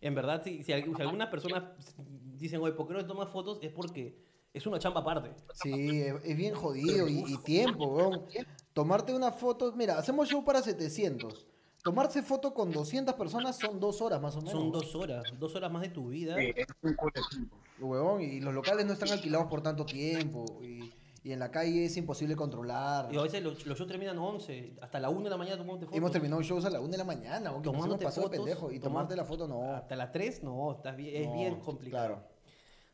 B: en verdad, si, si al- si algunas personas dicen, oye, ¿por qué no te tomas fotos? Es porque es una chamba aparte.
C: Sí, es, es bien jodido y, y tiempo, weón. Tomarte una foto, mira, hacemos show para 700. Tomarse foto con 200 personas son dos horas más o menos.
B: Son dos horas, dos horas más de tu vida.
A: Sí, es un culo de tiempo.
C: Weón, y los locales no están alquilados por tanto tiempo. Y, y en la calle es imposible controlar.
B: Y a veces los, los shows terminan 11, hasta la 1 de la mañana tomándote fotos.
C: Hemos terminado shows a la 1 de la mañana, weón, que nos hemos
B: Tomándote
C: pasado de
B: fotos,
C: pendejo. Y tomarte la foto, no.
B: Hasta las 3, no, estás bien, es
C: No,
B: bien complicado.
C: Claro,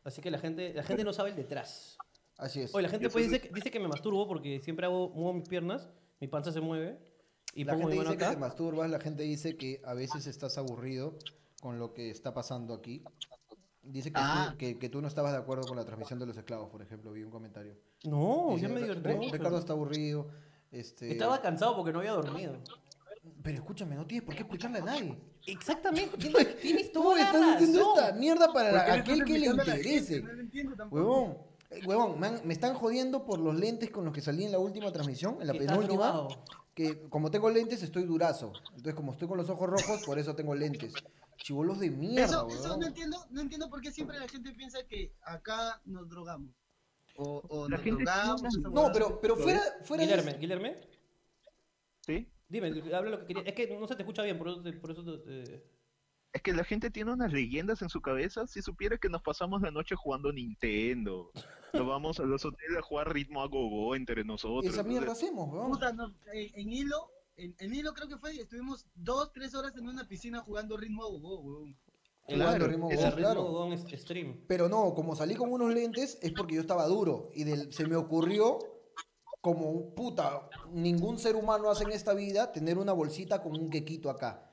B: Así que la gente, la gente no sabe el detrás.
C: así es.
B: Oye, la gente
E: Eso
B: pues
E: es-
B: dice, que, dice que me masturbo porque siempre hago, muevo mis piernas, mi panza se mueve y
C: la
B: pongo mi
C: gente
B: mano
C: dice que
B: acá.
C: te masturbas, la gente dice que a veces estás aburrido con lo que está pasando aquí. Dice que,
F: Ah.
C: tú, que, que tú no estabas de acuerdo con la transmisión de los esclavos, por ejemplo, vi un comentario.
B: No,
C: Dice,
B: yo me
C: "Re-
B: divertí
C: Re-
B: mucho.
C: Ricardo está aburrido. Este...
B: Estaba cansado porque no había dormido.
C: Pero escúchame, no tienes por qué explicarle a nadie.
B: Exactamente, tienes, tienes
C: Tú
B: toda la
C: estás haciendo esta
B: razón.
C: mierda para la-
F: ¿Por qué le
C: aquel
F: estás
C: que le
F: explicando a la
C: interese.
F: gente? No lo entiendo tampoco.
C: Huevón, eh, huevón, me, han- me están jodiendo por los lentes con los que salí en la última transmisión, en la
B: Que estás
C: penúltima.
B: drogado.
C: Que como tengo lentes, estoy durazo. Entonces, como estoy con los ojos rojos, por eso tengo lentes. Chivolos de mierda,
F: Eso, eso
C: huevón.
F: no entiendo, no entiendo por qué siempre la gente piensa que acá nos drogamos. O, o
E: La
F: nos
E: gente
F: drogamos.
E: tiene una-
F: o-
C: No, pero, pero fuera, fuera de
B: Guillerme,
C: eso-
B: Guillerme,
E: ¿Sí?
B: dime, habla lo que querías. Es que no se te escucha bien, por eso te- por eso te- te-
E: Es que la gente tiene unas leyendas en su cabeza. Si supiera que nos pasamos la noche jugando Nintendo, nos vamos a los hoteles a jugar ritmo a gogo entre nosotros.
C: esa mierda
E: entonces-
C: hacemos, huevón.
F: Puta, no, en, en hilo, en, en hilo creo que fue, estuvimos dos, tres horas en una piscina jugando ritmo a Bogó, huevón.
C: Jugando
E: Claro,
C: ritmo,
E: ese
C: huevón,
B: El
C: claro.
B: ritmo con es- stream.
C: Pero no, como salí con unos lentes es porque yo estaba duro y del- se me ocurrió como un puta, ningún ser humano hace en esta vida tener una bolsita con un quequito acá.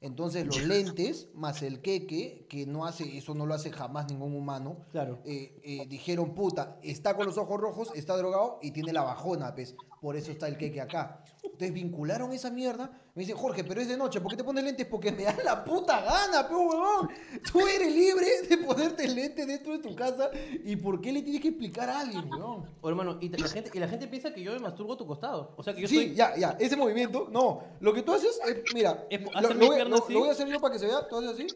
C: Entonces los lentes más el queque, que no hace, eso no lo hace jamás ningún humano,
B: Claro.
C: eh, eh, dijeron, puta, está con los ojos rojos, está drogado y tiene la bajona, pues. Por eso está el queque acá. Entonces vincularon esa mierda. Me dicen, Jorge, pero es de noche, ¿por qué te pones lentes? Porque me da la puta gana, pe huevón. Tú eres libre de ponerte lentes dentro de tu casa. ¿Y por qué le tienes que explicar a alguien, huevón?
B: O Oh, hermano, y la, gente, y la gente piensa que yo me masturbo a tu costado. O sea que yo
C: sí,
B: soy.
C: ya, ya. Ese movimiento, no. Lo que tú haces es, mira,
B: Es-
C: lo,
B: hacer
C: lo
B: mi
C: voy, a-
B: pierna
C: lo-
B: así.
C: lo voy a hacer yo para que se vea. Tú haces así.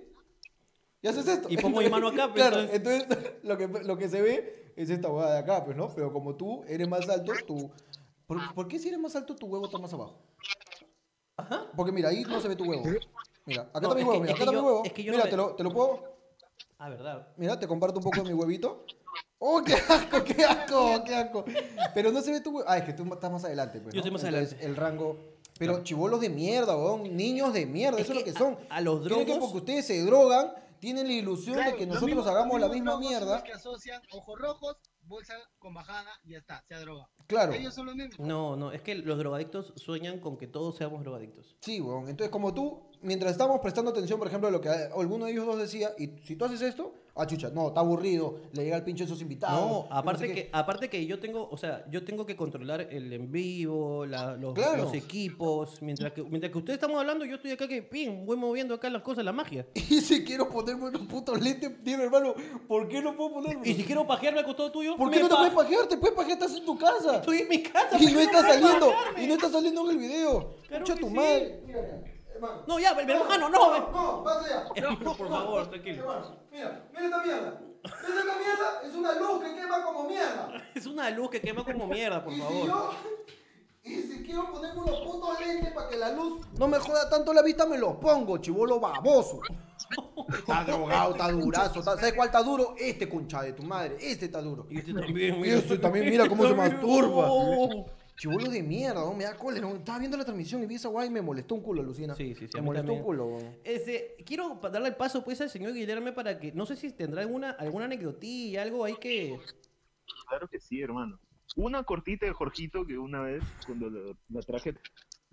C: Y haces esto.
B: Y pongo mi mano acá, pues,
C: claro, entonces, lo, que, lo que se ve es esta hueá de acá, pues, ¿no? Pero como tú eres más alto, tú... ¿Por, por qué si eres más alto tu huevo está más abajo? Ajá. Porque mira, ahí no se ve tu huevo. Mira, acá
B: No,
C: está mi
B: es
C: huevo,
B: que-
C: mira,
B: es
C: acá
B: que
C: está mi
B: yo-
C: huevo.
B: es que yo no
C: mira,
B: me-
C: te, lo, te lo puedo...
B: Ah, verdad.
C: Mira, te comparto un poco de mi huevito. ¡Oh, qué asco, qué asco, qué asco! Pero no se ve tu huevo. Ah, es que tú estás más adelante, pues.
B: Yo
C: ¿no?
B: estoy más
C: Entonces, El rango. Pero chivolos de mierda, weón. Niños de mierda,
B: Es
C: eso es lo
B: que
C: que son.
B: a- a los
C: Creen que
B: drogos-
C: porque ustedes se drogan, tienen la ilusión de
F: Claro,
C: que
F: los
C: nosotros
F: mismos-
C: hagamos
F: los
C: la
F: mismos
C: misma
F: drogos son
C: mierda.
F: los que asocian ojos rojos, bolsa con bajada, y ya está, se ha drogado.
C: Claro.
F: Ellos son los mismos.
B: No, no, es que los drogadictos sueñan con que todos seamos drogadictos.
C: Sí, weón. Entonces, como tú, mientras estábamos prestando atención, por ejemplo, a lo que alguno de ellos dos decía, y si tú haces esto, ah, chucha, no, está aburrido, le llega el pinche de esos invitados.
B: No, aparte que,
C: sé qué.
B: aparte que yo tengo, o sea, yo tengo que controlar el en vivo, la- los,
C: Claro.
B: los equipos, mientras que, mientras que ustedes estamos hablando, yo estoy acá que pim, voy moviendo acá las cosas, la magia.
C: Y si quiero ponerme unos putos lentes, dime, hermano, ¿por qué no puedo ponerme?
B: Y si quiero pajearme al costado tuyo,
C: ¿Por
B: me
C: qué no te
B: pa-
C: puedes pajear? Te puedes pajear, estás en tu casa.
B: Estoy en mi casa.
C: Y
B: ¿por
C: no
B: qué
C: está
B: puedo
C: saliendo,
B: pajearme?
C: y no está saliendo en el video.
B: Claro
C: Chucha
B: que
C: tu
B: sí.
C: madre.
B: No, ya, mi hermano, no, ve-
C: No, pasa ya.
B: Hermano, por favor, tranquilo.
C: Hermano, mira, mira esta mierda. Mira esta mierda, es una luz que quema como mierda.
B: Es una luz que quema como mierda, por
C: y
B: favor.
C: si yo, y si quiero ponerme unos putos lentes para que la luz no me joda tanto la vista, me los pongo, chivolo baboso. Está drogado, está durazo. está- ¿Sabes cuál está duro? Este, concha de tu madre. Este está duro.
B: Y este también,
C: Y este también, mira cómo se masturba.
B: Oh.
C: Chivolo de mierda, no me da cólera. weón. Estaba viendo la transmisión y vi esa guay y me molestó un culo, Lucina.
B: Sí, sí, sí, a
C: Me
B: mí
C: molestó un
B: también.
C: culo, weón.
B: Este, quiero pa- darle el paso pues al señor Guillermo para que, no sé si tendrá alguna, alguna anecdotilla, algo ahí que...
E: Claro que sí, hermano. Una cortita de Jorgito que una vez, cuando lo- la traje a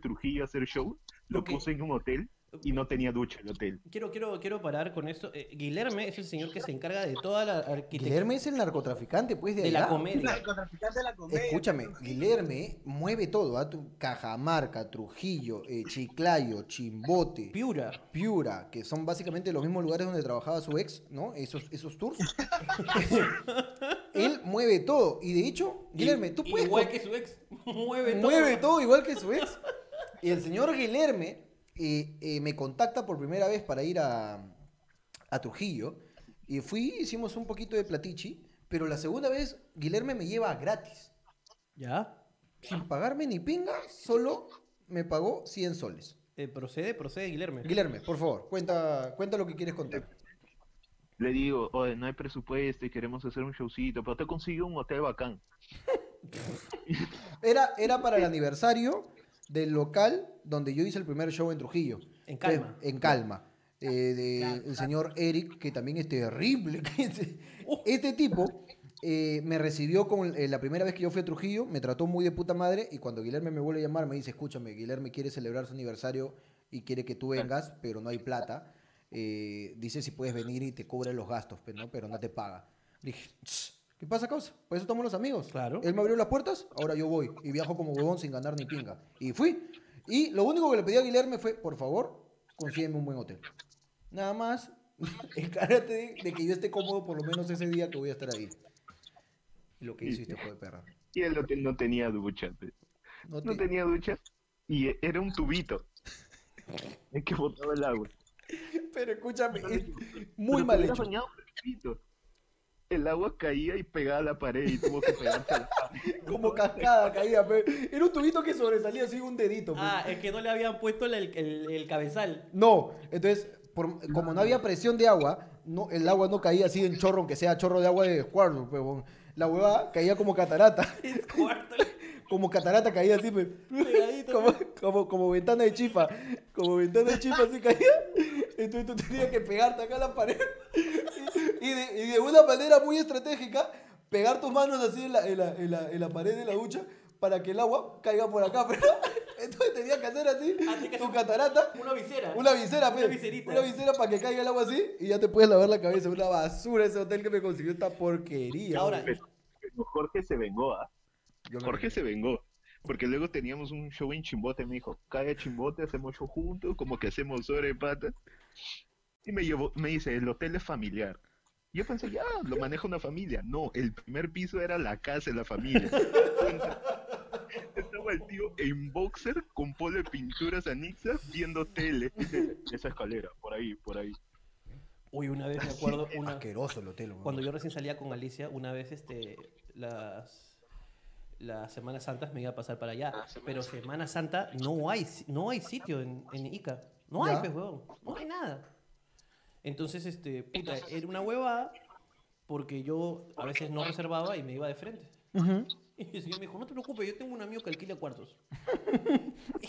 E: Trujillo a hacer show, lo
B: Ok.
E: puse en un hotel y no tenía ducha el hotel.
B: Quiero, quiero, quiero parar con esto. Eh, Guillermo es el señor que se encarga de toda la arquitectura
C: Guillerme es el narcotraficante, pues, de,
B: de la
C: allá.
B: comedia.
F: narcotraficante de la comedia.
C: Escúchame, Guillerme mueve todo, ¿ah? Tu- Cajamarca, Trujillo, eh, Chiclayo, Chimbote,
B: Piura.
C: Piura, que son básicamente los mismos lugares donde trabajaba su ex, ¿no? Esos, esos tours. Él mueve todo. Y de hecho, Guillerme, tú puedes
B: Igual
C: con-
B: que su ex. Mueve,
C: mueve
B: todo.
C: todo igual que su ex. Y el señor Guillerme eh, eh, me contacta por primera vez para ir a, a Trujillo. Y fui, hicimos un poquito de platichi. Pero la segunda vez, Guillerme me lleva gratis.
B: Ya.
C: Sin pagarme ni pinga, solo me pagó 100 soles.
B: Eh, procede, procede, Guillermo.
C: Guillerme, por favor, cuenta, cuenta lo que quieres contar.
E: Le digo, oye, no hay presupuesto y queremos hacer un showcito, pero te consigo un hotel bacán.
C: Era, era para el aniversario del local donde yo hice el primer show en Trujillo.
B: En calma.
C: Eh, en calma. Eh, de el señor Eric, que también es terrible. que es-
B: Uh.
C: Este tipo eh, me recibió con eh, la primera vez que yo fui a Trujillo, me trató muy de puta madre y cuando Guillermo me vuelve a llamar me dice, escúchame, Guillermo quiere celebrar su aniversario y quiere que tú vengas, pero no hay plata. Eh, dice si puedes venir y te cubre los gastos, pero no, pero no te paga. Le dije, "Tss, ¿qué pasa, causa? Por eso estamos los amigos.
B: Claro.
C: Él me abrió las puertas, ahora yo voy y viajo como huevón sin ganar ni pinga. Y fui. Y lo único que le pedí a Guillermo fue, por favor, consígueme un buen hotel. Nada más, encárgate de, de que yo esté cómodo por lo menos ese día que voy a estar ahí. Y lo que hizo este hijo de perra.
E: Y el hotel no tenía ducha. pe.
C: No
E: No
C: te-
E: tenía ducha y e, era un tubito. Es que botaba el agua.
C: Pero escúchame, es muy
E: Pero
C: mal
E: te hubieras
C: hecho.
E: bañado con el tubito. El agua caía y pegaba a la pared y tuvo que pegarse a la pared.
C: Como cascada caía. pe. Era un tubito que sobresalía así un dedito. pe.
B: Ah, es que no le habían puesto el, el- el- el cabezal.
C: No, entonces, por- como no había presión de agua, no, el agua no caía así en chorro, aunque sea chorro de agua de cuarzo, pero la huevada caía como catarata.
B: Es cuarto.
C: Como catarata caía así, pe.
B: Pegadito,
C: como, como, como ventana de chifa. Como ventana de chifa así caía. Entonces tú tenías que pegarte acá a la pared. Y, y de, y de una manera muy estratégica, pegar tus manos así en la, en la- en la- en la pared de la ducha para que el agua caiga por acá, pero entonces tenías que hacer así
B: Así que
C: tu
B: hacer-
C: catarata.
B: Una visera.
C: Una visera,
B: Una
C: pe.
B: viserita.
C: Una visera para que caiga el agua así y ya te puedes lavar la cabeza. Una basura ese hotel que me consiguió esta porquería.
B: Ahora,
C: güey.
E: Pero Jorge se vengó, ¿ah?
C: Yo me-
E: Jorge se vengó. Porque luego teníamos un show en Chimbote, me dijo, cae a Chimbote, hacemos show juntos, como que hacemos sobre de pata. Y me llevó, me dice, el hotel es familiar. Yo pensé, ya, lo maneja una familia. No, el primer piso era la casa de la familia. Estaba el tío en boxer con polo de pinturas anixas viendo tele. Esa escalera, por ahí, por ahí.
B: Uy, una vez me acuerdo, una,
C: Asqueroso el hotel, güey.
B: cuando yo recién salía con Alicia, una vez este, las, las Semanas Santas me iba a pasar para allá. pero Semana Santa no hay, si- no hay sitio en, en Ica. No hay,
C: Ya.
B: pues, huevón. No hay nada. Entonces, este, puta, era una huevada porque yo a veces no reservaba y me iba de frente.
C: Ujú.
B: Y el señor me dijo, no te preocupes, yo tengo un amigo que alquila cuartos.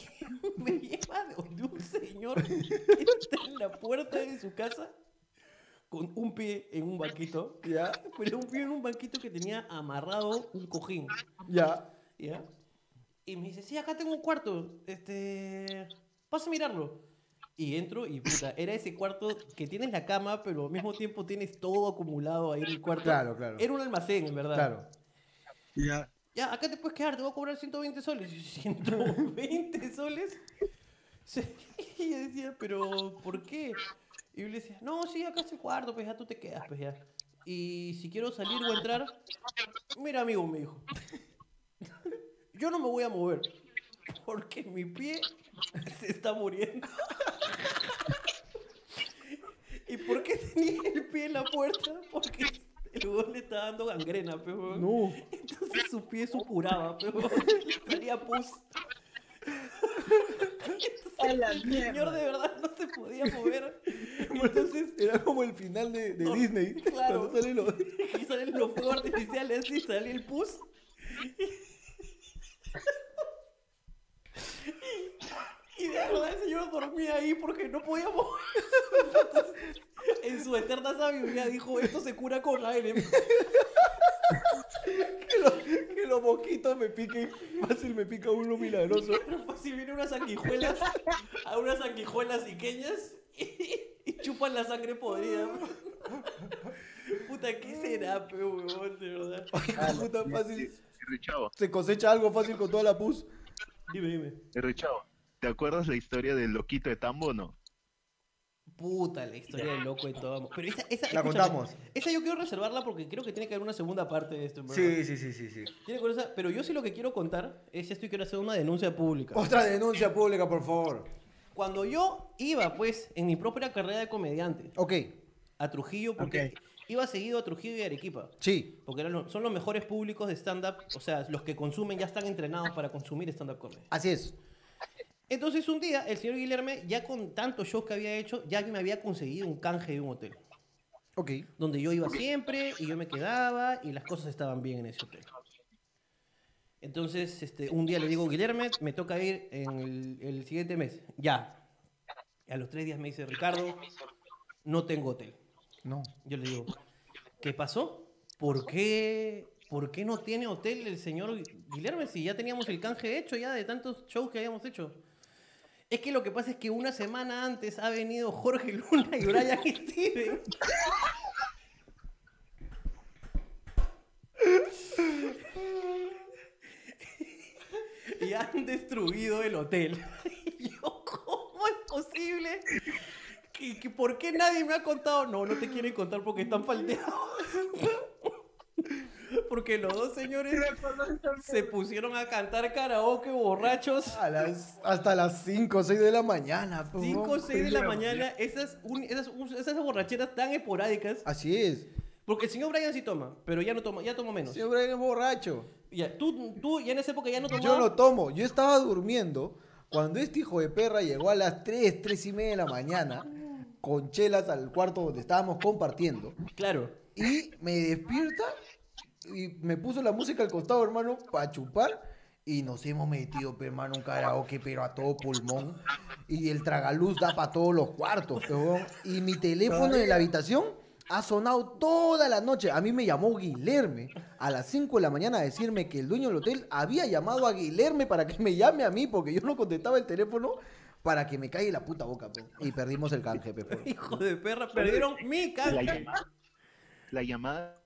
B: Y me lleva de donde un señor que está en la puerta de su casa con un pie en un banquito.
C: Ya,
B: Pero un pie Pues en un banquito que tenía amarrado un cojín.
C: ya.
B: ¿Ya? Y me dice, sí, acá tengo un cuarto. Este. Pasa a mirarlo. Y entro y puta, era ese cuarto que tienes la cama, pero al mismo tiempo tienes todo acumulado ahí en el cuarto.
C: Claro, claro.
B: Era un almacén, en verdad.
C: Claro.
F: Ya.
B: Ya, acá te puedes quedar, te voy a cobrar 120 soles. ¿120 soles? Sí, y yo decía, pero ¿por qué? Y yo le decía, no, sí, acá es el cuarto, pues ya tú te quedas, pues ya. Y si quiero salir o entrar, mira amigo, me dijo, yo no me voy a mover porque mi pie se está muriendo. ¿Y por qué tenía el pie en la puerta? Porque el huevón le estaba dando gangrena, pues, pero...
C: No.
B: Entonces su pie supuraba, pero salía pus.
F: A
B: Entonces,
F: la
B: el señor
F: mierda.
B: de verdad no se podía mover.
C: Entonces era como el final de, de
B: No,
C: Disney.
B: claro.
C: Cuando salen los-
B: Y salen los fuegos artificiales y salía el pus. Y de verdad el señor dormía ahí porque no podía mover. Entonces, en su eterna sabiduría dijo, esto se cura con aire.
C: que, los, que los mosquitos me piquen. Fácil me pica uno milagroso.
B: Pero pues si vienen unas sanguijuelas, a unas sanguijuelas iqueñas y, y chupan la sangre podrida. Puta, ¿qué será, pe, huevón, de verdad?
C: Puta, fácil.
E: Richao,
C: Se cosecha algo fácil con toda la pus.
B: Dime, dime.
E: Richao, ¿te acuerdas la historia del loquito de Tambo o no?
B: Puta, la historia del loco y todo. Pero esa, esa
C: La
B: escúchame,
C: contamos.
B: Esa yo quiero reservarla porque creo que tiene que haber una segunda parte de esto, en ¿verdad?
C: sí, sí, sí, sí.
B: Tiene que haber esa- pero yo sí lo que quiero contar es esto y quiero hacer una denuncia pública.
C: Otra denuncia pública, por favor.
B: Cuando yo iba, pues, en mi propia carrera de comediante
C: Ok,
B: a Trujillo, porque iba seguido a Trujillo y Arequipa.
C: sí.
B: Porque eran los- son los mejores públicos de stand-up, o sea, los que consumen ya están entrenados para consumir stand-up comedy.
C: Así es.
B: Entonces un día el señor Guillerme, ya con tantos shows que había hecho, ya me había conseguido un canje de un hotel,
C: Ok.
B: donde yo iba siempre y yo me quedaba y las cosas estaban bien en ese hotel. Entonces este, un día le digo, Guillerme, me toca ir en el, el siguiente mes, ya. Y a los tres días me dice, Ricardo, no tengo hotel.
C: No.
B: Yo le digo, ¿qué pasó? ¿Por qué, ¿Por qué no tiene hotel el señor Guillermo si ya teníamos el canje hecho ya de tantos shows que habíamos hecho? Es que lo que pasa es que una semana antes ha venido Jorge Luna y Brian Steven. Y han destruido el hotel. Y yo, ¿cómo es posible? ¿Qué- qué- ¿Por qué nadie me ha contado? No, no te quieren contar porque están falteados. Porque los dos señores se pusieron a cantar karaoke borrachos.
C: A las, hasta las 5 o 6 de la mañana. pues,
B: 5 o
C: weón.
B: 6 de la mañana, esas, un- esas, un- esas borracheras tan esporádicas.
C: Así es.
B: Porque el señor Brian sí toma, pero ya no toma, ya toma menos.
C: Siempre eres borracho.
B: Ya, tú, tú ya en esa época ya no tomabas.
C: Yo no tomo. Yo estaba durmiendo cuando este hijo de perra llegó a las 3, 3 y media de la mañana con chelas al cuarto donde estábamos compartiendo.
B: Claro.
C: Y me despierta y me puso la música al costado, hermano, para chupar. Y nos hemos metido, pe, hermano, un karaoke, pero a todo pulmón. Y el tragaluz da para todos los cuartos, pe, huevón. Y mi teléfono de la habitación ha sonado toda la noche. A mí me llamó Guillerme a las 5 de la mañana a decirme que el dueño del hotel había llamado a Guillerme para que me llame a mí, porque yo no contestaba el teléfono para que me calle la puta boca, pe. Y perdimos el canje, pe, huevón.
B: Hijo de perra, perdieron mi
E: La
B: canje.
E: llamada, la llamada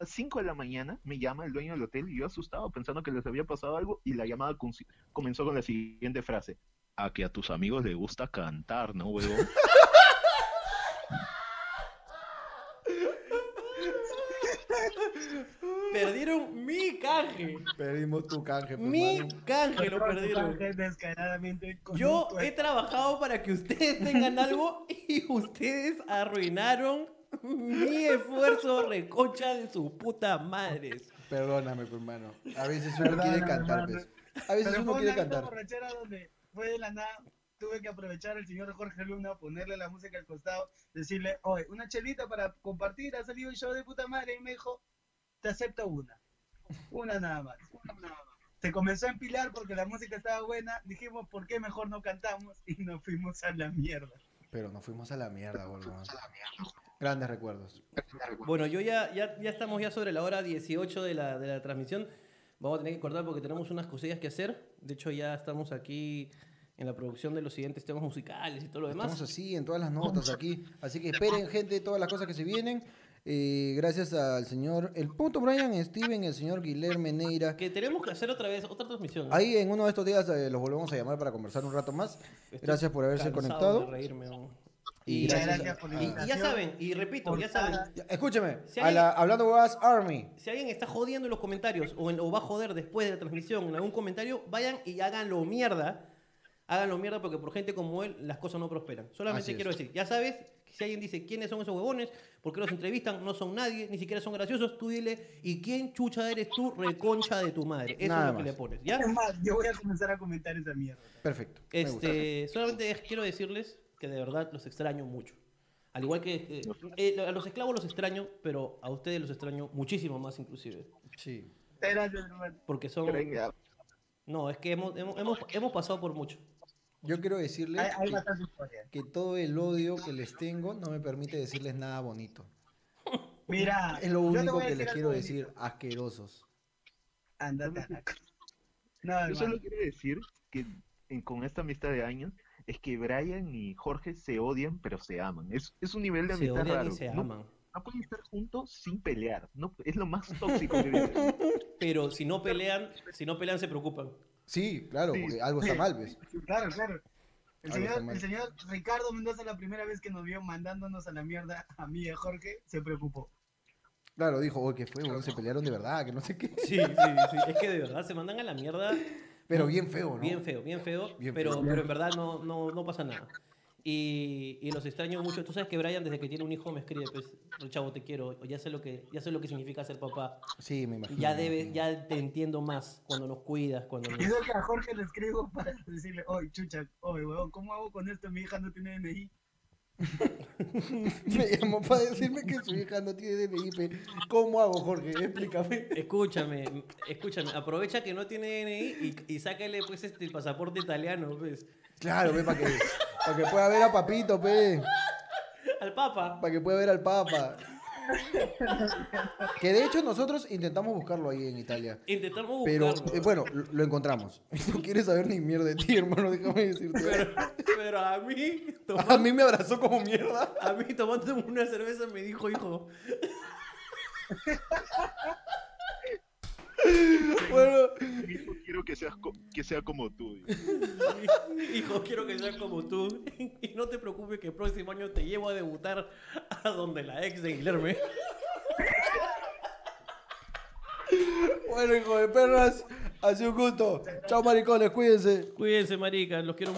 E: a 5 de la mañana me llama el dueño del hotel y yo asustado pensando que les había pasado algo y la llamada con- comenzó con la siguiente frase. A que a tus amigos les gusta cantar, ¿no, huevón?
B: Perdieron mi canje.
C: Perdimos tu canje, pe,
B: Mi
C: hermano.
B: canje lo
F: Otro
B: perdieron.
F: canje descaradamente con
B: Yo
F: un
B: he trabajado para que ustedes tengan algo y ustedes arruinaron mi esfuerzo recocha de sus putas madres.
C: Perdóname, pe, hermano. A veces uno
F: Perdóname,
C: quiere cantar,
F: hermano.
C: pues. A veces
F: Pero
C: uno
F: fue
C: quiere
F: una linda
C: cantar.
F: borrachera donde fue de la nada. Tuve que aprovechar al señor Jorge Luna, ponerle la música al costado, decirle, oye, una chelita para compartir, ha salido un show de puta madre. Y me dijo, te acepto una. Una nada más. Una nada más. Se comenzó a empilar porque la música estaba buena. Dijimos, ¿por qué mejor no cantamos? Y nos fuimos a la mierda.
C: Pero nos fuimos a la mierda, gordo. Grandes recuerdos.
B: Bueno, yo ya, ya, ya estamos ya sobre la hora 18 de la, de la transmisión. Vamos a tener que cortar porque tenemos unas cosillas que hacer. De hecho, ya estamos aquí en la producción de los siguientes temas musicales y todo lo demás.
C: Estamos así en todas las notas aquí. Así que esperen, gente, todas las cosas que se vienen. Eh, gracias al señor, el punto Brian Steven, el señor Guillermo Neira.
B: Que tenemos que hacer otra vez, otra transmisión. ¿no?
C: Ahí en uno de estos días eh, los volvemos a llamar para conversar un rato más.
B: Estoy
C: Gracias por haberse
B: cansado
C: conectado.
B: de reírme, ¿no?
C: Y
B: y,
C: gracias-
F: por la
B: y- y ya
F: invitación.
B: saben, y repito, ya saben,
C: Ya, Escúcheme,
B: Si
C: a
B: hay-
C: la- hablando huevadas Army.
B: si alguien está jodiendo en los comentarios o, en- o va a joder después de la transmisión en algún comentario, vayan y háganlo mierda. Háganlo mierda porque por gente como él las cosas no prosperan.
C: Así
B: Solamente
C: es.
B: quiero decir, ya sabes, que si alguien dice quiénes son esos huevones, por qué los entrevistan, no son nadie, ni siquiera son graciosos, tú dile, ¿y quién chucha eres tú, reconcha de tu madre? Eso
C: Nada
B: es lo que
C: más.
B: le pones, ¿ya?
F: Es más, yo voy a comenzar a comentar esa mierda.
C: Perfecto. me gusta.
B: Este, solamente quiero decirles que de verdad los extraño mucho. Al igual que eh, eh, a los esclavos los extraño, pero a ustedes los extraño muchísimo más inclusive.
C: Sí.
F: Gracias, hermano.
B: Porque son...
E: Venga,
B: No, es que hemos, hemos, hemos, hemos pasado por mucho.
C: Yo quiero decirles
F: Hay, hay
C: que,
F: bastante historia.
C: que todo el odio que les tengo no me permite decirles nada bonito.
F: Mira,
C: Es lo
F: yo te
C: único
F: voy a
C: que les
F: algo
C: quiero
F: bonito.
C: decir, asquerosos.
F: Ándate a la c- No,
E: yo
F: hermano.
E: solo quiero decir que en- con esta amistad de años es que Brian y Jorge se odian pero se aman. Es, es un nivel de
B: Se
E: amistad
B: odian
E: raro.
B: y se
E: no,
B: aman.
E: no pueden estar juntos sin pelear. No, es lo más tóxico que he visto.
B: Pero si no pelean, si no pelean se preocupan.
C: Sí, claro,
E: Sí.
C: porque algo está mal, ¿ves?
F: Claro, claro. El
C: Algo está
F: señor,
C: mal.
F: el señor Ricardo Mendoza, la primera vez que nos vio mandándonos a la mierda a mí y a Jorge, se preocupó.
C: Claro, dijo, oye, que fue, weón, se pelearon de verdad, que no sé qué.
B: Sí, sí, sí. Es que de verdad se mandan a la mierda
C: Pero bien feo, ¿no?
B: Bien feo, bien feo,
C: Bien
B: pero,
C: feo.
B: pero en verdad no, no, no pasa nada. Y, y los extraño mucho. Tú sabes que Brian, desde que tiene un hijo, me escribe, pues, chavo, te quiero, o ya sé lo que, ya sé lo que significa ser papá.
C: Sí, me imagino.
B: Ya
C: me
B: debe,
C: imagino.
B: ya te entiendo más cuando nos cuidas, cuando nos...
F: Y eso que a Jorge le escribo para decirle, oye, chucha, oye, weón, ¿cómo hago con esto? Mi hija no tiene DNI.
C: Me llamó para decirme que su hija no tiene DNI. pe. ¿Cómo hago, Jorge? Explícame.
B: Escúchame, escúchame, aprovecha que no tiene DNI y, y sácale pues este el pasaporte italiano, pues,
C: Claro, pe, para que, para que pueda ver a Papito, pe.
B: al papa.
C: Para que pueda ver al Papa. Que de hecho nosotros intentamos buscarlo ahí en Italia.
B: Intentamos
C: Pero,
B: buscarlo.
C: eh, bueno, lo, lo encontramos. No quieres saber ni mierda de ti, hermano, déjame decirte.
B: pero, pero a mí,
C: A mí me abrazó como mierda.
B: A mí tomando una cerveza me dijo, hijo,
C: Bueno,
E: Hijo, quiero que, seas co- que sea como tú. digo.
B: hijo, quiero que seas como tú. Y no te preocupes que el próximo año te llevo a debutar a donde la ex de Guillermo.
C: bueno, hijo de perras, ha sido un gusto. Chao, maricones, cuídense.
B: Cuídense, marica, los quiero mucho.